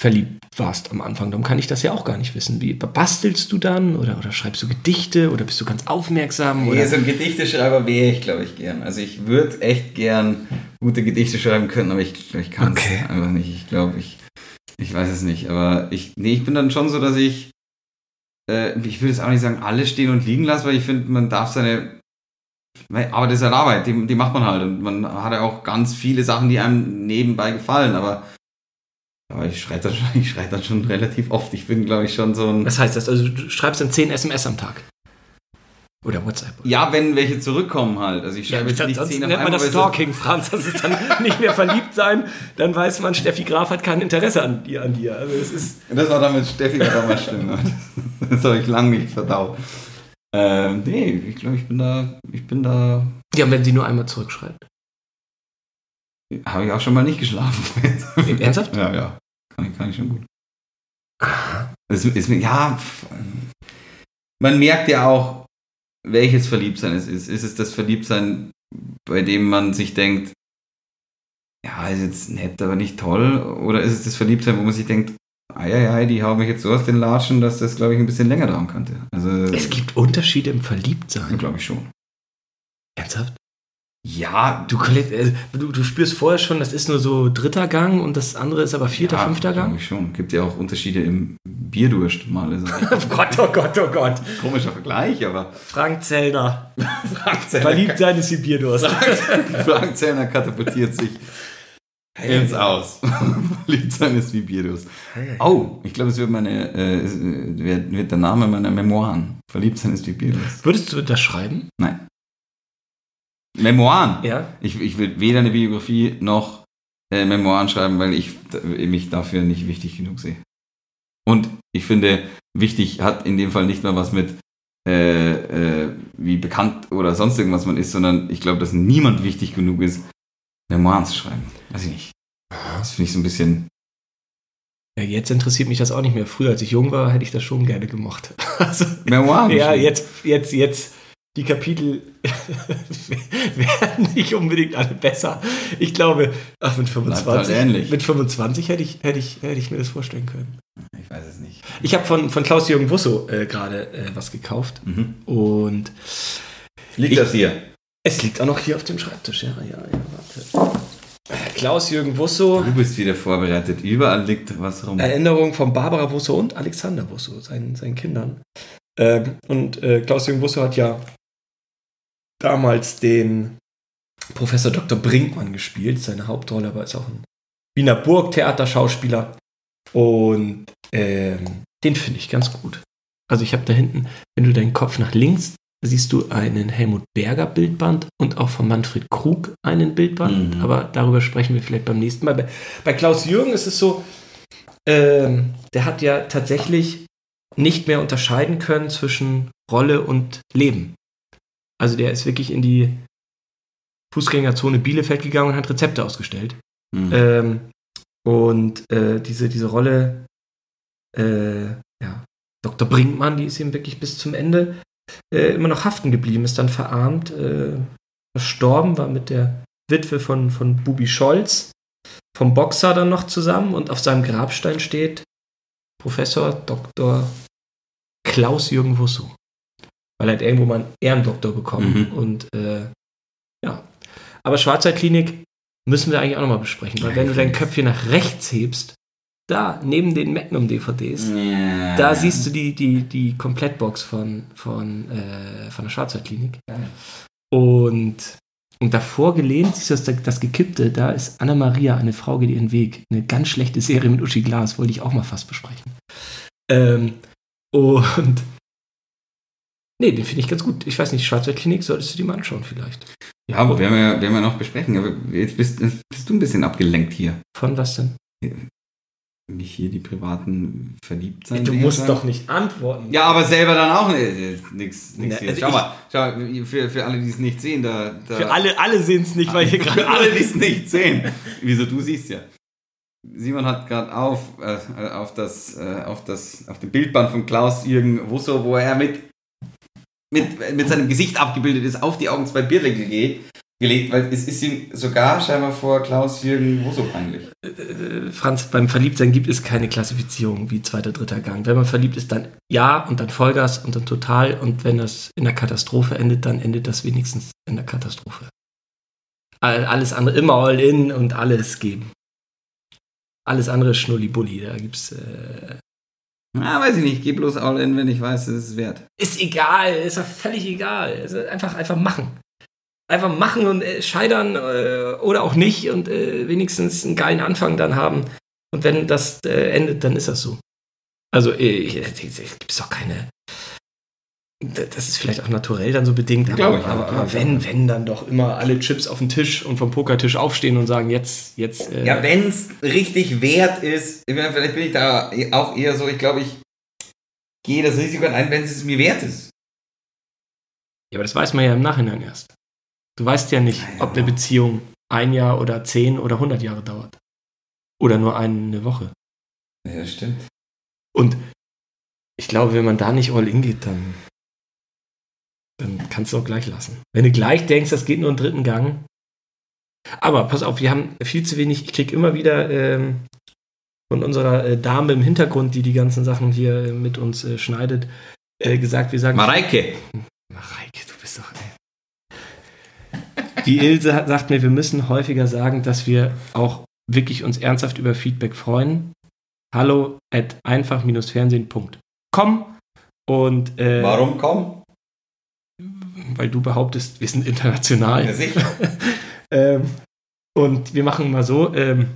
S3: verliebt warst am Anfang. Darum kann ich das ja auch gar nicht wissen. Wie bastelst du dann oder, oder schreibst du Gedichte oder bist du ganz aufmerksam?
S4: Nee,
S3: Oder?
S4: so ein Gedichteschreiber wäre ich, glaube ich, gern. Also ich würde echt gern gute Gedichte schreiben können, aber ich, ich kann es
S3: Okay.
S4: einfach nicht. Ich glaube, ich, ich weiß es nicht. Aber ich, nee, ich bin dann schon so, dass ich, äh, ich würde jetzt auch nicht sagen, alles stehen und liegen lasse, weil ich finde, man darf seine, weil Arbeit ist halt Arbeit, die, die macht man halt. Und man hat ja auch ganz viele Sachen, die einem nebenbei gefallen, aber, aber ich schreibe dann, schon- ich schreib dann schon relativ oft. Ich bin, glaube ich, schon so ein...
S3: Was heißt das? Also du schreibst dann 10 SMS am Tag. Oder WhatsApp.
S4: Ja, wenn welche zurückkommen halt. Also ich schreibe jetzt nicht
S3: sonst
S4: zehn auf
S3: nennt
S4: einmal,
S3: man das
S4: weil so-
S3: Stalking, Franz. Das ist dann nicht mehr verliebt sein. Dann weiß man, Steffi Graf hat kein Interesse an dir. An dir. Also es ist
S4: Das war dann mit Steffi war damals schlimm. Das, das habe ich lange nicht verdaut. Ähm, nee, ich glaube, ich bin da, ich bin da,
S3: ja, wenn sie nur einmal zurückschreibt.
S4: habe ich auch schon mal nicht geschlafen.
S3: Ernsthaft?
S4: Ja, ja. Kann ich, kann ich schon gut. Es ist mir, ja, pf, man merkt ja auch, welches Verliebtsein es ist. Ist es das Verliebtsein, bei dem man sich denkt, ja, ist jetzt nett, aber nicht toll? Oder ist es das Verliebtsein, wo man sich denkt, eieiei, die haben mich jetzt so aus den Latschen, dass das, glaube ich, ein bisschen länger dauern könnte? Also,
S3: Es gibt Unterschiede im Verliebtsein.
S4: glaube ich schon.
S3: Ernsthaft?
S4: Ja,
S3: Du, kollekt- äh, du, du spürst vorher schon, das ist nur so dritter Gang und das andere ist aber vierter,
S4: ja,
S3: fünfter
S4: Glaube
S3: Gang.
S4: ich schon. Gibt ja auch Unterschiede im Bierdurst mal. Also,
S3: Oh Gott, oh Gott, oh Gott.
S4: komischer Vergleich, aber.
S3: Frank Zellner. Verliebtsein ist wie Bierdurst.
S4: Frank Zellner katapultiert sich ins Aus. Verliebt sein ist wie Bierdurst. Oh, ich glaube, es wird, meine, äh, es wird, wird der Name meiner Memoiren. Verliebt sein ist wie Bierdurst.
S3: Würdest du das schreiben?
S4: Nein. Memoiren.
S3: Ja.
S4: Ich, ich will weder eine Biografie noch äh, Memoiren schreiben, weil ich d- mich dafür nicht wichtig genug sehe. Und ich finde, wichtig hat in dem Fall nicht mal was mit äh, äh, wie bekannt oder sonst irgendwas man ist, sondern ich glaube, dass niemand wichtig genug ist, Memoiren zu schreiben. Weiß ich nicht. Das finde ich so ein bisschen.
S3: ja. Jetzt interessiert mich das auch nicht mehr. Früher, als ich jung war, hätte ich das schon gerne gemacht. Also,
S4: Memoiren.
S3: ja,
S4: geschrieben.
S3: jetzt, jetzt, jetzt. Die Kapitel werden nicht unbedingt alle besser. Ich glaube, ach,
S4: halt
S3: mit 25,
S4: ähnlich.
S3: mit 25 hätte ich, hätte, ich, hätte ich mir das vorstellen können.
S4: Ich weiß es nicht.
S3: Ich habe von, von Klaus-Jürgen Wusso äh, gerade äh, was gekauft.
S4: Mhm.
S3: Und
S4: Liegt das hier?
S3: es liegt auch noch hier auf dem Schreibtisch. Ja, ja, ja, warte. Äh, Klaus-Jürgen Wusso,
S4: Du bist wieder vorbereitet. Überall liegt was rum.
S3: Erinnerung von Barbara Wusso und Alexander Wusso, seinen, seinen Kindern. Ähm, und äh, Klaus-Jürgen Wusso hat ja damals den Professor Dr. Brinkmann gespielt, seine Hauptrolle, aber ist auch ein Wiener Burgtheaterschauspieler. Und ähm, den finde ich ganz gut. Also ich habe da hinten, wenn du deinen Kopf nach links, siehst du einen Helmut Berger Bildband und auch von Manfred Krug einen Bildband.
S4: Mhm.
S3: Aber darüber sprechen wir vielleicht beim nächsten Mal. Bei, bei Klaus Jürgen ist es so, ähm, der hat ja tatsächlich nicht mehr unterscheiden können zwischen Rolle und Leben. Also der ist wirklich in die Fußgängerzone Bielefeld gegangen und hat Rezepte ausgestellt.
S4: Mhm.
S3: Ähm, und äh, diese, diese Rolle, äh, ja, Dr. Brinkmann, die ist ihm wirklich bis zum Ende äh, immer noch haften geblieben, ist dann verarmt, äh, verstorben, war mit der Witwe von, von Bubi Scholz, vom Boxer dann noch zusammen und auf seinem Grabstein steht Professor Dr. Klaus-Jürgen Wusso. Weil er hat irgendwo mal einen Ehrendoktor bekommen.
S4: Mhm.
S3: Und äh, ja. Aber Schwarzwaldklinik müssen wir eigentlich auch nochmal besprechen, weil
S4: Ja,
S3: wenn du dein
S4: definitiv.
S3: Köpfchen nach rechts hebst, da, neben den Magnum-DVDs,
S4: Mm, Ja.
S3: äh, da siehst du die, die, die Komplettbox von, von, äh, von der Schwarzwaldklinik. Und Und davor gelehnt, siehst du das, das Gekippte, da ist Anna-Maria, eine Frau geht ihren Weg. Eine ganz schlechte Serie mit Uschi Glas, wollte ich auch mal fast besprechen. Ähm, und nee, den finde ich ganz gut. Ich weiß nicht, Schwarzwaldklinik, solltest du die mal anschauen vielleicht.
S4: Ja, aber werden wir, werden wir noch besprechen. Aber jetzt bist, jetzt bist du ein bisschen abgelenkt hier.
S3: Von was denn?
S4: Nicht hier die privaten verliebt sein.
S3: Du
S4: Dinger
S3: musst
S4: sagen.
S3: doch nicht antworten.
S4: Ja, aber selber dann auch äh, nix. nix
S3: Na,
S4: hier.
S3: also
S4: Schau
S3: ich-
S4: mal, schau, mal, für, für alle, die es nicht sehen, da. da
S3: Für alle, alle sehen es nicht, weil hier
S4: für
S3: gerade
S4: alle, die es nicht sehen. Wieso du siehst ja. Simon hat gerade auf, äh, auf, das, äh, auf, das, auf dem Bildband von Klaus Jürgen Wusso, wo er mit, mit, mit seinem Gesicht abgebildet ist, auf die Augen zwei Bierle gelegt, gelegt, weil es ist ihm sogar scheinbar vor Klaus Jürgen Wusso peinlich.
S3: Äh, Franz, beim Verliebtsein gibt es keine Klassifizierung wie zweiter, dritter Gang. Wenn man verliebt ist, dann ja und dann Vollgas und dann total. Und wenn das in der Katastrophe endet, dann endet das wenigstens in der Katastrophe. All- Alles andere, immer all in und alles geben. Alles andere ist Schnullibulli. Da gibt's. Äh,
S4: Ah, weiß ich nicht, geh bloß all in, wenn ich weiß, es ist wert.
S3: ist egal, ist doch völlig egal. Also einfach, einfach machen. Einfach machen und äh, scheitern äh, oder auch nicht und äh, wenigstens einen geilen Anfang dann haben. Und wenn das äh, endet, dann ist das so. Also äh, gibt es doch keine. D- Das ist vielleicht auch naturell dann so bedingt, aber,
S4: Glaube ich, ja,
S3: aber,
S4: glaube
S3: aber
S4: ich,
S3: wenn,
S4: ja.
S3: wenn dann doch immer alle Chips auf den Tisch und vom Pokertisch aufstehen und sagen, jetzt, jetzt. äh,
S4: Ja, wenn es richtig wert ist, ich meine, vielleicht bin ich da auch eher so, ich glaube, ich gehe das Risiko ein, wenn es mir wert ist.
S3: Ja, aber das weiß man ja im Nachhinein erst. Du weißt ja nicht,
S4: Ja.
S3: ob eine Beziehung ein Jahr oder zehn oder hundert Jahre dauert. Oder nur eine Woche.
S4: Ja, stimmt.
S3: Und ich glaube, wenn man da nicht all in geht, dann, dann kannst du auch gleich lassen. Wenn du gleich denkst, das geht nur im dritten Gang. Aber pass auf, wir haben viel zu wenig. Ich krieg immer wieder ähm, von unserer äh, Dame im Hintergrund, die die ganzen Sachen hier äh, mit uns äh, schneidet, äh, gesagt, wir sagen
S4: Mareike.
S3: Mareike, du bist doch. Ey. Die Ilse hat, sagt mir, wir müssen häufiger sagen, dass wir auch wirklich uns ernsthaft über Feedback freuen. Hallo at einfach-fernsehen.com und äh,
S4: Warum komm?
S3: weil du behauptest, wir sind international.
S4: Ja, sicher.
S3: ähm, und wir machen mal so, ähm,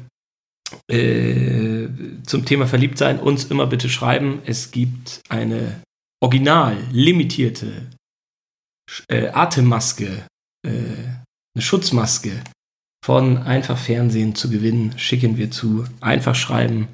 S3: äh, zum Thema Verliebtsein, uns immer bitte schreiben, es gibt eine original limitierte Sch- äh, Atemmaske, äh, eine Schutzmaske von Einfach Fernsehen zu gewinnen, schicken wir zu. Einfach schreiben.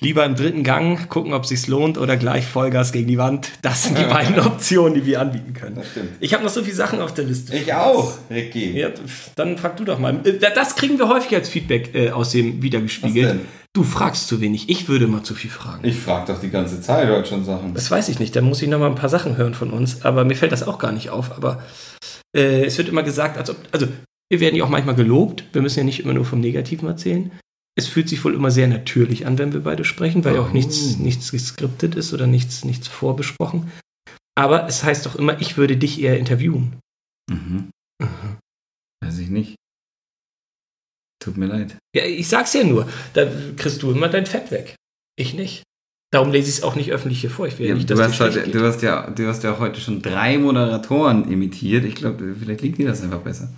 S3: Lieber im dritten Gang gucken, ob sich's lohnt oder gleich Vollgas gegen die Wand. Das sind die beiden Optionen, die wir anbieten können.
S4: Das stimmt.
S3: Ich habe noch so viele Sachen auf der Liste.
S4: Ich auch, Ricky.
S3: Ja, pf, dann frag du doch mal. Äh, Das kriegen wir häufig als Feedback äh, aus dem
S4: Was
S3: Wiedergespiegelt.
S4: denn?
S3: Du fragst zu wenig. Ich würde mal zu viel fragen.
S4: Ich frag doch die ganze Zeit heute schon Sachen.
S3: das weiß ich nicht. Da muss ich noch mal ein paar Sachen hören von uns. Aber mir fällt das auch gar nicht auf. Aber äh, es wird immer gesagt, als ob. Also, wir werden ja auch manchmal gelobt. Wir müssen ja nicht immer nur vom Negativen erzählen. Es fühlt sich wohl immer sehr natürlich an, wenn wir beide sprechen, weil ja auch nichts,
S4: Oh.
S3: nichts geskriptet ist oder nichts, nichts vorbesprochen. Aber es heißt doch immer, ich würde dich eher interviewen.
S4: Mhm. Weiß ich nicht. Tut mir leid.
S3: Ja, ich sag's ja nur, da kriegst du immer dein Fett weg. Ich nicht. Darum lese ich es auch nicht öffentlich hier vor. Ich will ja, nicht,
S4: du,
S3: dass
S4: hast
S3: dir
S4: heute,
S3: schlecht
S4: du,
S3: geht.
S4: hast ja, du hast ja heute schon drei Moderatoren imitiert. Ich glaube, vielleicht liegt dir das einfach besser.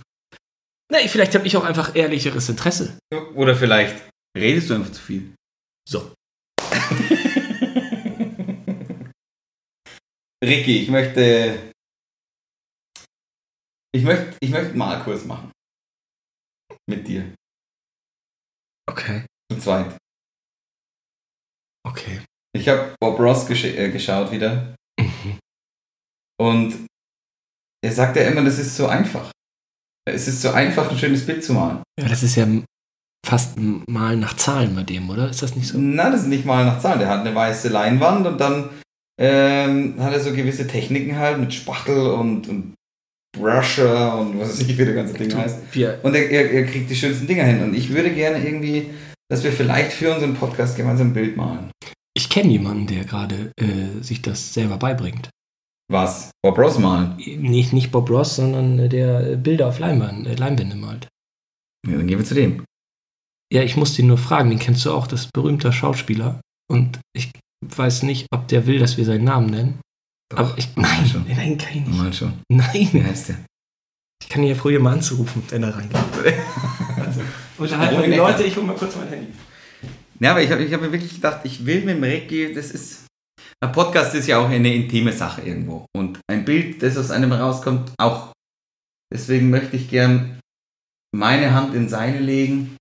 S3: Na, vielleicht habe ich auch einfach ehrlicheres Interesse.
S4: Oder vielleicht redest du einfach zu viel.
S3: So.
S4: Ricky, ich möchte. Ich möchte, ich möchte einen Malkurs machen. Mit dir.
S3: Okay,
S4: Zu zweit.
S3: okay.
S4: Ich habe Bob Ross gesch äh, geschaut wieder.
S3: Mhm.
S4: Und er sagt ja immer, das ist so einfach. Es ist so einfach, ein schönes Bild zu malen.
S3: Ja, das ist ja fast ein mal nach Zahlen bei dem, oder? Ist das nicht so?
S4: Na, das ist nicht mal nach Zahlen. Der hat eine weiße Leinwand und dann ähm, hat er so gewisse Techniken halt mit Spachtel und, und Brusher und was weiß ich, wie der ganze Ding heißt.
S3: Wir,
S4: Und er, er, er kriegt die schönsten Dinger hin. Und ich würde gerne irgendwie, dass wir vielleicht für unseren Podcast gemeinsam ein Bild malen.
S3: ich kenne jemanden, der gerade äh, sich das selber beibringt.
S4: Was? Bob Ross malen?
S3: Nicht, nicht Bob Ross, sondern äh, der äh, Bilder auf Leinwand, äh, Leinwände malt.
S4: Ja, dann gehen wir zu dem.
S3: Ja, ich muss den nur fragen, den kennst du auch, das ist berühmter Schauspieler. Und ich weiß nicht, ob der will, dass wir seinen Namen nennen. Aber ich,
S4: mal
S3: nein,
S4: schon.
S3: nein, kann ich nicht.
S4: Mal schon. Wie
S3: Nein,
S4: heißt der?
S3: Ich kann ihn ja probieren, mal anzurufen, wenn er reingeht. also, unterhalten wir die Leute, ich hole mal kurz mein Handy.
S4: Ja, aber ich habe ich hab mir wirklich gedacht, ich will mit dem Recki, das ist. Ein Podcast ist ja auch eine intime Sache irgendwo. Und ein Bild, das aus einem rauskommt, auch. Deswegen möchte ich gern meine Hand in seine legen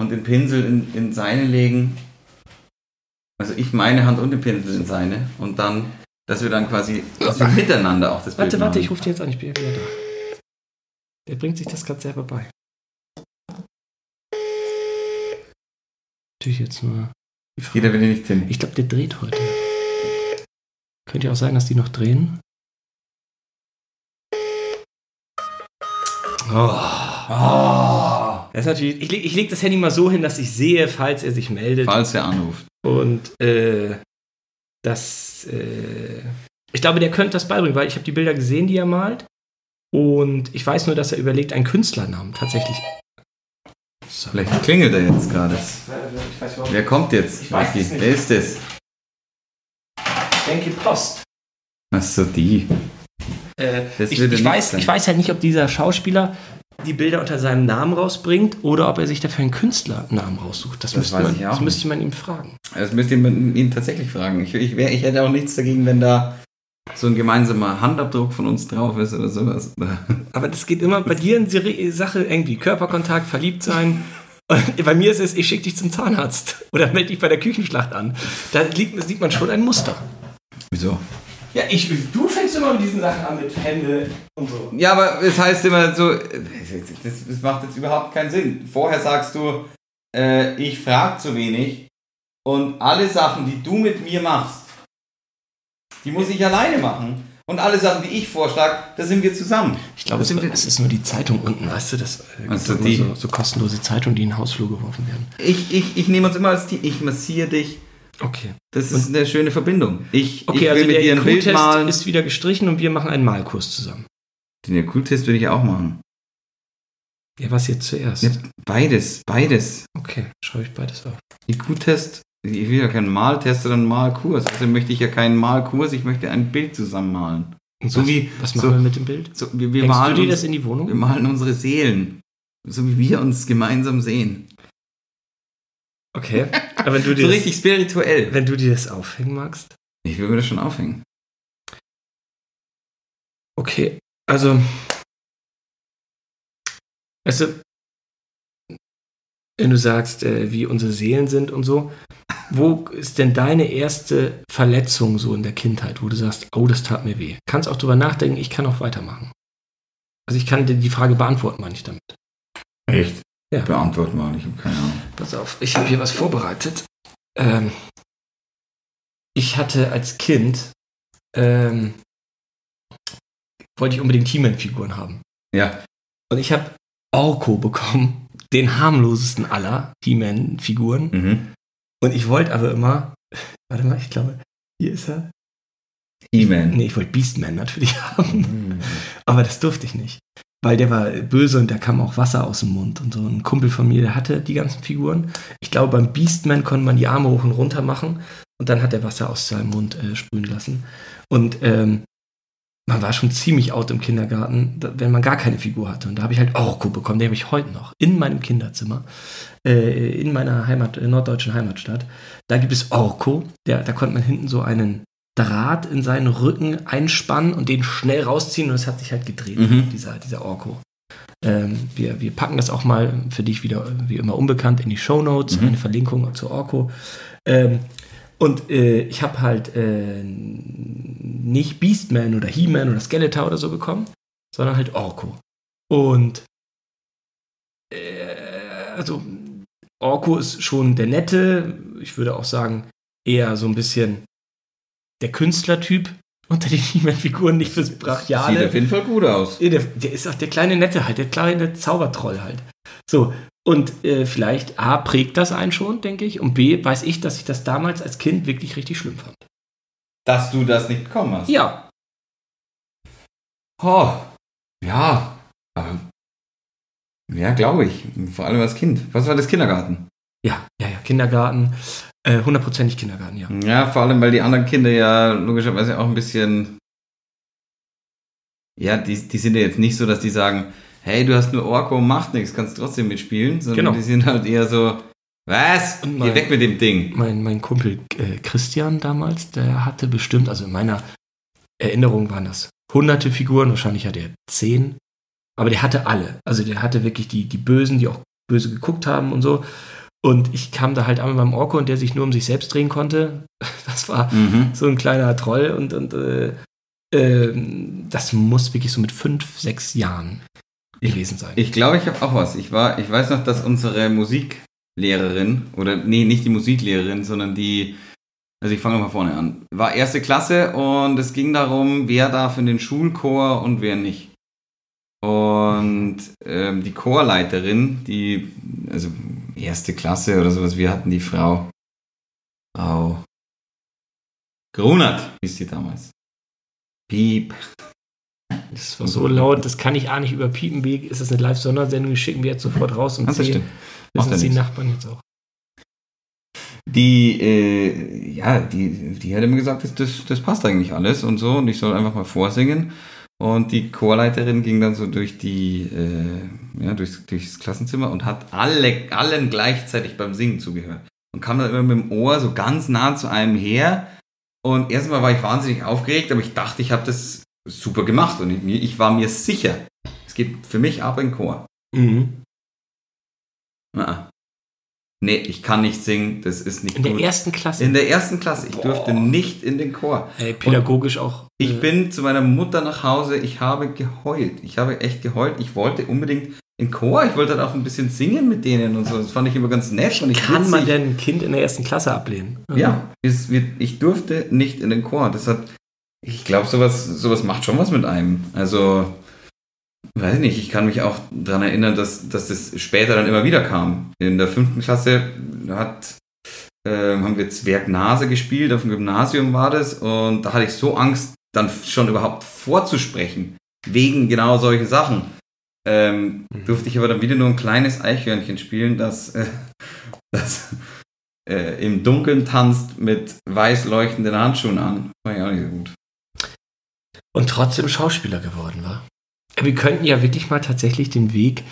S4: und den Pinsel in, in seine legen. Also ich meine Hand und den Pinsel in seine. Und dann, dass wir dann quasi dass wir miteinander auch das Bild
S3: Warte, warte,
S4: machen.
S3: ich rufe den jetzt an, ich bin ja wieder da. Der bringt sich das gerade selber bei. Natürlich jetzt nur. die Frage.
S4: Jeder will ihn nicht hin.
S3: Ich glaube, der dreht heute. Könnte ja auch sein, dass die noch drehen.
S4: Oh.
S3: Oh. Das ist natürlich, ich lege ich leg das Handy mal so hin, dass ich sehe, falls er sich meldet.
S4: Falls er anruft.
S3: Und äh, das, äh, ich glaube, der könnte das beibringen, weil ich habe die Bilder gesehen, die er malt. Und ich weiß nur, dass er überlegt, einen Künstlernamen tatsächlich. So.
S4: Vielleicht klingelt er jetzt gerade.
S3: Ich weiß überhaupt nicht.
S4: Wer kommt jetzt?
S3: Ich weiß
S4: Ricky?
S3: es nicht.
S4: Wer ist das?
S3: Ich denke Post.
S4: Achso, die.
S3: Äh,
S4: Das
S3: ich,
S4: würde
S3: ich,
S4: nicht
S3: weiß,
S4: sein.
S3: ich weiß halt nicht, ob dieser Schauspieler die Bilder unter seinem Namen rausbringt oder ob er sich dafür einen Künstlernamen raussucht. Das,
S4: Das
S3: müsste,
S4: weiß
S3: man,
S4: ich auch
S3: das müsste man ihm fragen.
S4: Das müsst ihr Also ihn ihn tatsächlich fragen. Ich, ich, wär, ich hätte auch nichts dagegen, wenn da so ein gemeinsamer Handabdruck von uns drauf ist oder sowas.
S3: Aber das geht immer bei dir in die Sache irgendwie. Körperkontakt, verliebt sein. Und bei mir ist es, ich schicke dich zum Zahnarzt oder melde dich bei der Küchenschlacht an. Da liegt, sieht man schon ein Muster.
S4: Wieso?
S3: Ja, ich, du fängst immer mit diesen Sachen an, mit Hände und so.
S4: Ja, aber es heißt immer so, das, das macht jetzt überhaupt keinen Sinn. Vorher sagst du, äh, ich frag zu wenig und alle Sachen, die du mit mir machst, die muss ich alleine machen. Und alle Sachen, die ich vorschlag, da sind wir zusammen.
S3: Ich glaube, es, es ist nur die Zeitung unten, weißt du, das äh,
S4: Also
S3: gibt immer
S4: die-
S3: so, so kostenlose Zeitungen, die in den Hausflur geworfen werden.
S4: Ich, ich, ich nehme uns immer als Team. Ich massiere dich.
S3: Okay.
S4: Das ist eine schöne Verbindung. Ich, ich
S3: Okay,
S4: will
S3: also
S4: mit dir
S3: der
S4: ein Bild
S3: IQ-Test
S4: malen.
S3: ist wieder gestrichen und wir machen einen Malkurs zusammen.
S4: Den IQ-Test würde ich auch machen.
S3: Ja, was jetzt zuerst?
S4: Ja, beides, beides.
S3: Okay, schreibe ich beides auf.
S4: IQ-Test, ich will ja keinen Maltest oder einen Malkurs. Also möchte ich ja keinen Malkurs, ich möchte ein Bild zusammenmalen.
S3: Und
S4: So
S3: was,
S4: wie-
S3: was
S4: so-
S3: machen wir mit dem Bild?
S4: So, wir, wir,
S3: Hängst du
S4: malen
S3: dir das
S4: uns,
S3: in die
S4: wir
S3: Wohnung?
S4: malen unsere Seelen. So wie wir uns gemeinsam sehen.
S3: Okay. Aber wenn du
S4: So
S3: dir,
S4: richtig
S3: das,
S4: spirituell.
S3: wenn du dir das aufhängen magst?
S4: Ich würde mir das schon aufhängen.
S3: Okay, also. Also, wenn du sagst, äh, wie unsere Seelen sind und so, wo ist denn deine erste Verletzung so in der Kindheit, wo du sagst, oh, das tat mir weh? Kannst auch drüber nachdenken, ich kann auch weitermachen. Also ich kann dir die Frage beantworten, meine ich damit.
S4: Echt?
S3: Ja.
S4: Ja. Beantwort mal, ich habe keine Ahnung.
S3: Pass auf, ich habe hier was vorbereitet. Ähm, ich hatte als Kind, ähm, wollte ich unbedingt He-Man-Figuren haben.
S4: Ja.
S3: Und ich habe Orko bekommen, den harmlosesten aller He-Man-Figuren.
S4: Mhm.
S3: Und ich wollte aber immer, warte mal, ich glaube, hier ist er.
S4: E-Man.
S3: Nee, ich wollte Beastman natürlich haben. Aber das durfte ich nicht. Weil der war böse und da kam auch Wasser aus dem Mund. Und so ein Kumpel von mir, der hatte die ganzen Figuren. Ich glaube, beim Beastman konnte man die Arme hoch und runter machen. Und dann hat er Wasser aus seinem Mund äh, sprühen lassen. Und ähm, man war schon ziemlich out im Kindergarten, da- wenn man gar keine Figur hatte. Und da habe ich halt Orko bekommen, den habe ich heute noch. In meinem Kinderzimmer, äh, in meiner Heimat, äh, norddeutschen Heimatstadt. Da gibt es Orko. Der, da konnte man hinten so einen Draht in seinen Rücken einspannen und den schnell rausziehen und es hat sich halt gedreht,
S4: Mhm.
S3: dieser, dieser Orko. Ähm, wir, wir packen das auch mal für dich wieder, wie immer unbekannt, in die Shownotes,
S4: Mhm.
S3: eine Verlinkung zu Orko. Ähm, und äh, ich habe halt äh, nicht Beastman oder He-Man oder Skeletor oder so bekommen, sondern halt Orko. Und äh, also Orko ist schon der nette, ich würde auch sagen, eher so ein bisschen der Künstlertyp unter den He-Man-Figuren, nicht fürs
S4: Sieht
S3: Brachiale.
S4: auf jeden Fall gut aus.
S3: Ja, Der, der ist auch der kleine Nette halt, der kleine Zaubertroll halt. So, und äh, vielleicht A, prägt das einen schon, denke ich, und B, weiß ich, dass ich das damals als Kind wirklich richtig schlimm fand.
S4: Dass du das nicht bekommen hast.
S3: Ja,
S4: Oh, ja. Aber, ja, glaube ich. Vor allem als Kind. Was war das Kindergarten?
S3: ja, ja, ja, Kindergarten, äh, hundertprozentig Kindergarten, ja.
S4: Ja, vor allem, weil die anderen Kinder ja logischerweise auch ein bisschen ja, die, die sind ja jetzt nicht so, dass die sagen, hey, du hast nur Orko, macht nichts, kannst trotzdem mitspielen, sondern
S3: Genau.
S4: die sind halt eher so, was?
S3: Und
S4: Geh
S3: mein-
S4: weg mit dem Ding.
S3: Mein, mein Kumpel äh, Christian damals, der hatte bestimmt, also in meiner Erinnerung waren das hunderte Figuren, wahrscheinlich hatte er zehn, aber der hatte alle. Also der hatte wirklich die, die Bösen, die auch böse geguckt haben und so. Und ich kam da halt an mit meinem Orko und der sich nur um sich selbst drehen konnte. Das war
S4: Mhm.
S3: so ein kleiner Troll und, und äh, ähm, das muss wirklich so mit fünf, sechs Jahren gewesen sein.
S4: Ich glaube, ich habe auch was. Ich war, ich weiß noch, dass unsere Musiklehrerin oder nee, nicht die Musiklehrerin, sondern die, also ich fange mal vorne an, war erste Klasse und es ging darum, wer darf in den Schulchor und wer nicht. Und ähm, die Chorleiterin, die, also erste Klasse oder sowas, wir hatten die Frau, Frau Grunert, hieß die damals. Piep.
S3: das war so laut, das kann ich A nicht überpiepen. B, ist das eine Live-Sondersendung, die schicken wir jetzt sofort raus und
S4: Kannst du
S3: C,
S4: stimmen. Macht
S3: wissen
S4: ja
S3: es die
S4: nichts.
S3: Nachbarn jetzt auch.
S4: die, äh, ja, die, die hat immer gesagt, das, das, das passt eigentlich alles und so und ich soll einfach mal vorsingen. Und die Chorleiterin ging dann so durch die, äh, ja, durchs, durchs Klassenzimmer und hat alle, allen gleichzeitig beim Singen zugehört. Und kam dann immer mit dem Ohr so ganz nah zu einem her. Und erstmal war ich wahnsinnig aufgeregt, aber ich dachte, ich habe das super gemacht und ich, mir- ich war mir sicher, es geht für mich ab in Chor. Mhm. Ah. Nee, ich kann nicht singen, das ist nicht
S3: In der
S4: gut.
S3: ersten Klasse.
S4: in der ersten Klasse. Ich durfte
S3: Boah.
S4: nicht in den Chor.
S3: Ey, pädagogisch auch.
S4: Ich
S3: äh,
S4: bin zu meiner Mutter nach Hause, ich habe geheult. Ich habe echt geheult. Ich wollte unbedingt in Chor, ich wollte dann auch ein bisschen singen mit denen und so. Das fand ich immer ganz nett. Und ich
S3: Kann man
S4: witzig.
S3: denn ein Kind in der ersten Klasse ablehnen?
S4: Ja, es wird, ich durfte nicht in den Chor. Das hat, ich glaube, sowas, sowas macht schon was mit einem. Also, weiß nicht, ich kann mich auch daran erinnern, dass, dass das später dann immer wieder kam. In der fünften Klasse hat, ähm, haben wir Zwergnase gespielt, auf dem Gymnasium war das, und da hatte ich so Angst, dann schon überhaupt vorzusprechen, wegen genau solchen Sachen. Ähm, durfte ich aber dann wieder nur ein kleines Eichhörnchen spielen, das, äh, das äh, im Dunkeln tanzt mit weiß leuchtenden Handschuhen an. War ja auch nicht so gut.
S3: Und trotzdem Schauspieler geworden war. Wir könnten ja wirklich mal tatsächlich den Weg,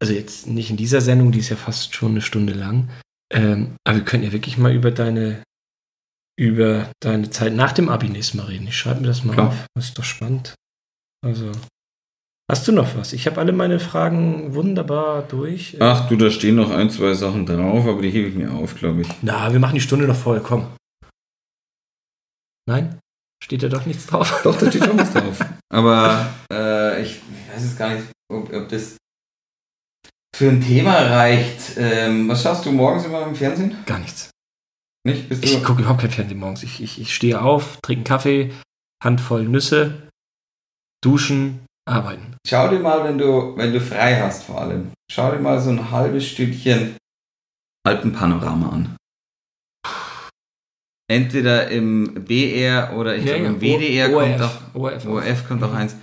S3: also jetzt nicht in dieser Sendung, die ist ja fast schon eine Stunde lang, ähm, aber wir könnten ja wirklich mal über deine, über deine Zeit nach dem Abi nächstes Mal reden. Ich schreibe mir das mal
S4: Klar.
S3: auf. Das ist doch spannend. Also. Hast du noch was? Ich habe alle meine Fragen wunderbar durch. Äh,
S4: Ach du, da stehen noch ein, zwei Sachen drauf, aber die hebe ich mir auf, glaube ich.
S3: Na, wir machen die Stunde noch voll, komm. Nein? Steht da doch nichts drauf?
S4: Doch, da steht schon was drauf. Aber äh, ich weiß es gar nicht, ob, ob das für ein Thema reicht. Ähm, was schaust du morgens immer im Fernsehen?
S3: Gar nichts.
S4: Nicht? Bist
S3: Ich
S4: du.
S3: gucke überhaupt kein Fernsehen morgens. Ich, ich, ich stehe auf, trinke einen Kaffee, Handvoll Nüsse, duschen, arbeiten.
S4: Schau dir mal, wenn du, wenn du frei hast vor allem. Schau dir mal so ein halbes Stückchen Alpenpanorama an. Entweder im BR oder ich glaube im WDR kommt auch.
S3: ORF. ORF.
S4: ORF kommt auch
S3: Mhm.
S4: eins.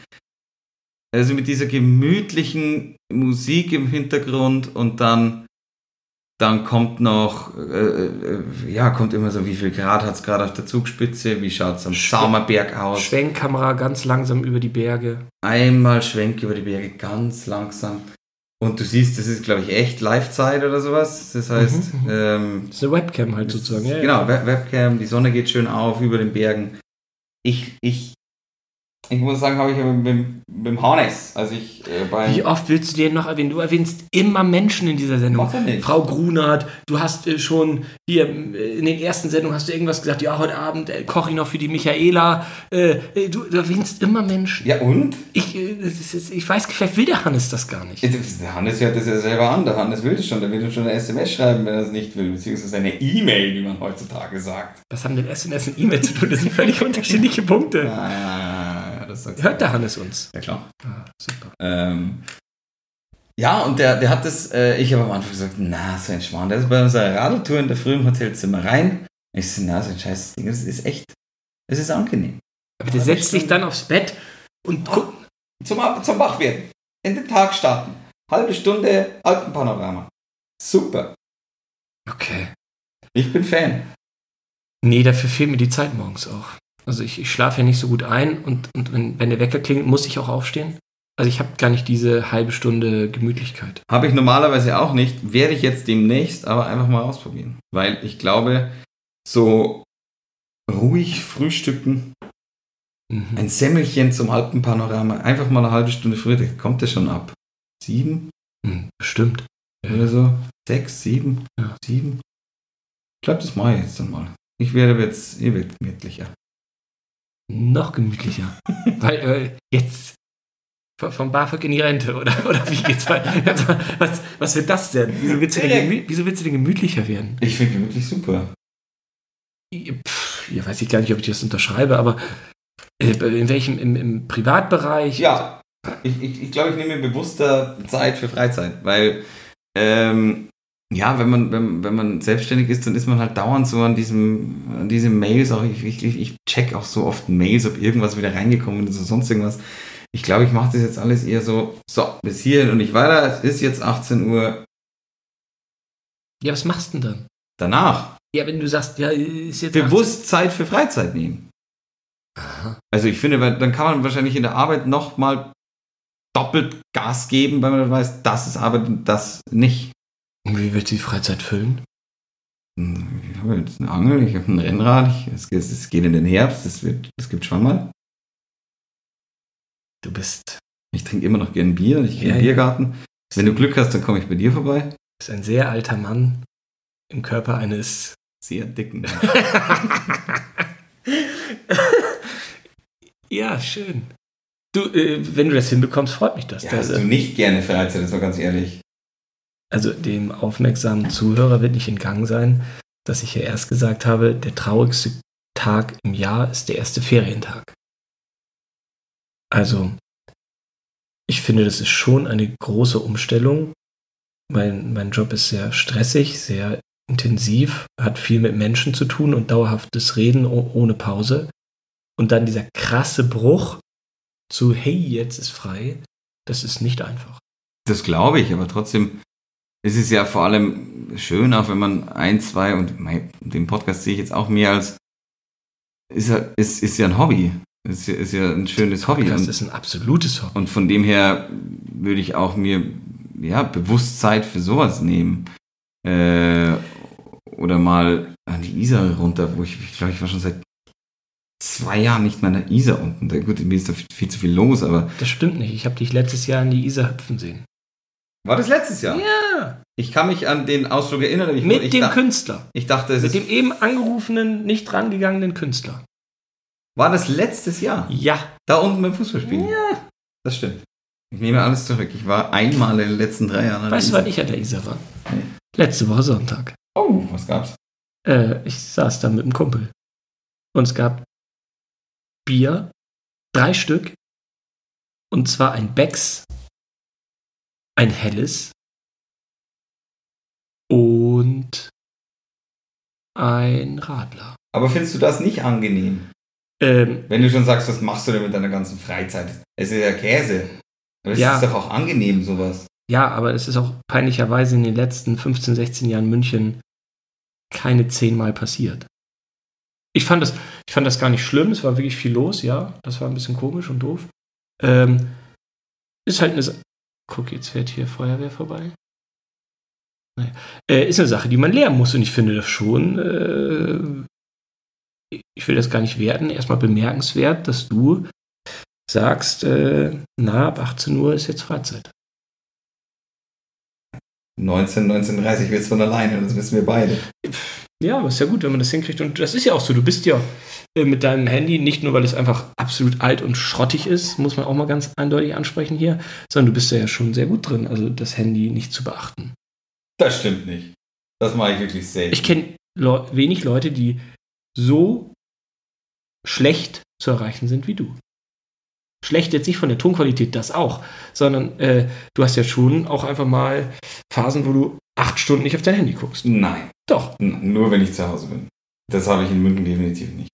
S4: Also mit dieser gemütlichen Musik im Hintergrund und dann, dann kommt noch, äh, äh, ja, kommt immer so, wie viel Grad hat es gerade auf der Zugspitze, wie schaut es am
S3: Schwe-
S4: Saumerberg aus.
S3: Schwenkkamera ganz langsam über die Berge.
S4: Einmal Schwenk über die Berge, ganz langsam. Und du siehst, das ist, glaube ich, echt Live-Zeit oder sowas. Das heißt,
S3: Mhm, mhm.
S4: ähm,
S3: Das ist eine Webcam halt sozusagen. Ja, ja.
S4: Genau, Web Webcam, die Sonne geht schön auf über den Bergen. Ich, ich, ich muss sagen, habe ich ja mit, mit, mit dem Harness, also ich äh, bei
S3: Wie oft willst du den noch erwähnen? Du erwähnst immer Menschen in dieser Sendung.
S4: Macht er nicht.
S3: Frau Grunert, du hast äh, schon hier äh, in den ersten Sendungen hast du irgendwas gesagt, ja, heute Abend äh, koche ich noch für die Michaela. Äh, äh, du, du erwähnst immer Menschen.
S4: Ja und?
S3: Ich, äh, das ist, jetzt- ich weiß, vielleicht will der Hannes das gar nicht.
S4: Jetzt- Der Hannes hört das ja selber an, der Hannes will das schon, der will uns schon eine SMS schreiben, wenn er es nicht will, beziehungsweise eine E-Mail, wie man heutzutage sagt.
S3: Was haben denn SMS und E-Mail zu tun? Das sind völlig unterschiedliche Punkte.
S4: Ah, das sagst
S3: Hört der Hannes uns?
S4: Ja klar.
S3: Ah, super.
S4: Ähm, ja, und der, der hat das, äh, ich habe am Anfang gesagt, na, so ein Schwan, der ist bei unserer Radeltour in der Früh im Hotelzimmer rein. Ich so, na, so ein scheiß Ding, das ist echt, es ist angenehm.
S3: Aber der setzt sich dann aufs Bett und
S4: Oh.
S3: guckt.
S4: Zum, Ab- zum Wachwerden, in den Tag starten, halbe Stunde Alpenpanorama. Super,
S3: Okay.
S4: ich bin Fan.
S3: Nee, dafür fehlt mir die Zeit morgens auch. Also ich, ich schlafe ja nicht so gut ein und, und wenn, wenn der Wecker klingelt, muss ich auch aufstehen. Also ich habe gar nicht diese halbe Stunde Gemütlichkeit.
S4: Habe ich normalerweise auch nicht, werde ich jetzt demnächst aber einfach mal ausprobieren. Weil ich glaube, so ruhig frühstücken,
S3: Mhm.
S4: ein Semmelchen zum Alpenpanorama, einfach mal eine halbe Stunde früher, da kommt das schon ab. Sieben
S3: Mhm, Bestimmt.
S4: oder so? Sechs, sieben,
S3: Ja.
S4: sieben? Ich glaube, das mache ich jetzt dann mal. Ich werde jetzt, ihr werdet gemütlicher.
S3: Noch gemütlicher. Weil äh, jetzt v- vom BAföG in die Rente, oder, oder wie geht's weiter? Also, Was, was wird das denn? Wieso willst, du denn gemü- wieso willst du denn gemütlicher werden?
S4: Ich finde gemütlich super.
S3: Pff, ja, weiß ich gar nicht, ob ich das unterschreibe, aber äh, in welchem, im, im Privatbereich?
S4: Ja, ich, ich, ich glaube, ich nehme mir bewusster Zeit für Freizeit, weil ähm, ja, wenn man, wenn, wenn man selbstständig ist, dann ist man halt dauernd so an diesem, an diese Mails, auch ich, ich, ich check auch so oft Mails, ob irgendwas wieder reingekommen ist oder sonst irgendwas. Ich glaube, ich mache das jetzt alles eher so, so, bis hierhin und nicht weiter, es ist jetzt 18 Uhr
S3: ja, was machst du denn dann?
S4: danach.
S3: Ja, wenn du sagst, ja, ist jetzt.
S4: Bewusst Zeit für Freizeit nehmen. Also ich finde, weil dann kann man wahrscheinlich in der Arbeit nochmal doppelt Gas geben, weil man dann weiß, das ist Arbeit und das nicht.
S3: 18. Wie willst du die Freizeit füllen?
S4: Hm, Ich habe jetzt eine Angel, ich habe ein Rennrad, ich, es, geht- es geht in den Herbst, es, wird, es gibt Schwammerl.
S3: Du bist.
S4: Ich trinke immer noch gern Bier, ich gehe in
S3: Ja,
S4: den
S3: ja.
S4: Biergarten. Wenn du Glück hast, dann komme ich bei dir vorbei.
S3: bist ein sehr alter Mann im Körper eines.
S4: Sehr dicken.
S3: ja, schön. Du, äh, wenn du das hinbekommst, freut mich das.
S4: Hast
S3: also,
S4: du nicht gerne Freizeit, das war ganz ehrlich.
S3: also dem aufmerksamen Zuhörer wird nicht entgangen sein, dass ich ja erst gesagt habe, der traurigste Tag im Jahr ist der erste Ferientag. Also, ich finde, das ist schon eine große Umstellung. Mein, mein Job ist sehr stressig, sehr intensiv, hat viel mit Menschen zu tun und dauerhaftes Reden o- ohne Pause. Und dann dieser krasse Bruch zu, hey, jetzt ist frei, das ist nicht einfach.
S4: Das glaube ich, aber trotzdem ist es ja vor allem schön, auch wenn man ein, zwei und mein, den Podcast sehe ich jetzt auch mehr als ist ja, ist, ist ja ein Hobby. Ist ja, ist ja ein schönes Hobby.
S3: Das
S4: Und-
S3: ist ein absolutes Hobby.
S4: Und von dem her würde ich auch mir ja, Bewusstsein für sowas nehmen. Äh, oder mal an die Isar runter, wo ich, ich glaube, ich war schon seit zwei Jahren nicht mehr an der Isar unten. Da- Gut, mir ist da viel, viel zu viel los, aber.
S3: Das stimmt nicht. Ich habe dich letztes Jahr in die Isar hüpfen sehen.
S4: War das letztes Jahr?
S3: Ja,
S4: Ich kann mich an den Ausflug erinnern, aber ich,
S3: mit
S4: ich,
S3: dem
S4: dach-
S3: Künstler.
S4: ich dachte, es
S3: Mit dem
S4: ist,
S3: eben angerufenen, nicht drangegangenen Künstler.
S4: war das letztes Jahr.
S3: Ja.
S4: Da unten beim Fußballspielen. Ja. Das stimmt. Ich nehme alles zurück. Ich war einmal in den letzten drei Jahren. an der
S3: Weißt du,
S4: Isar.
S3: wann ich an der Isar war?
S4: Nee.
S3: Letzte Woche Sonntag.
S4: Oh, was gab's?
S3: Äh, ich saß da mit einem Kumpel. Und es gab Bier, drei Stück. Und zwar ein Becks, ein helles und ein Radler.
S4: Aber findest du das nicht angenehm?
S3: Ähm,
S4: Wenn du schon sagst, was machst du denn mit deiner ganzen Freizeit? Es ist ja Käse. Aber es
S3: Ja.
S4: ist doch auch angenehm, sowas.
S3: Ja, aber es ist auch peinlicherweise in den letzten 15, 16 Jahren München keine zehnmal passiert. Ich fand, das, ich fand das gar nicht schlimm, es war wirklich viel los, ja. Das war ein bisschen komisch und doof. Ähm, ist halt eine Sa Guck, jetzt fährt hier Feuerwehr vorbei. Naja. Äh, ist eine Sache, die man lernen muss und ich finde das schon, äh, ich will das gar nicht werten, erstmal bemerkenswert, dass du sagst, äh, na, ab 18 Uhr ist jetzt Freizeit.
S4: 19, 1930 wird es von alleine, das wissen wir beide.
S3: Ja, aber ist ja gut, wenn man das hinkriegt. Und das ist ja auch so. Du bist ja äh, mit deinem Handy nicht nur, weil es einfach absolut alt und schrottig ist, muss man auch mal ganz eindeutig ansprechen hier, sondern du bist da ja schon sehr gut drin, also das Handy nicht zu beachten.
S4: Das stimmt nicht. Das mache ich wirklich selten.
S3: Ich kenne Leu wenig Leute, die so schlecht zu erreichen sind wie du. Schlecht jetzt nicht von der Tonqualität, das auch, sondern äh, du hast ja schon auch einfach mal Phasen, wo du acht Stunden nicht auf dein Handy guckst.
S4: Nein,
S3: Doch.
S4: n- nur wenn ich zu Hause bin. Das habe ich in München definitiv nicht.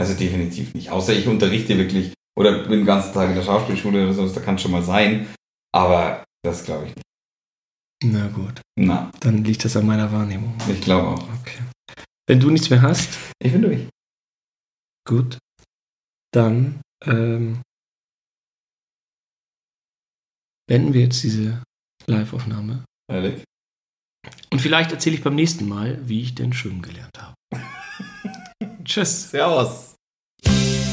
S4: Also definitiv nicht. Außer ich unterrichte wirklich oder bin den ganzen Tag in der Schauspielschule oder sowas, da kann es schon mal sein. Aber das glaube ich nicht.
S3: Na gut,
S4: Na,
S3: dann liegt das an meiner Wahrnehmung.
S4: ich glaube auch.
S3: Okay. Wenn du nichts mehr hast,
S4: Ich bin durch.
S3: Gut. Dann ähm, beenden wir jetzt diese Live-Aufnahme.
S4: Ehrlich?
S3: Und vielleicht erzähle ich beim nächsten Mal, wie ich denn schwimmen gelernt habe. Tschüss.
S4: Servus.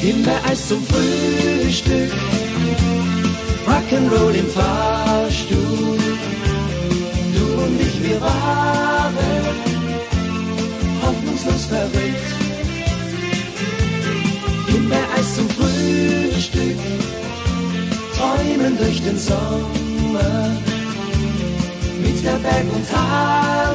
S2: Himbeereis zum Frühstück, Rock'n'Roll im Fahrstuhl. Du und ich, wir waren hoffnungslos verrückt. Himbeereis zum Frühstück, träumen durch den Sommer mit der Berg- und Tal.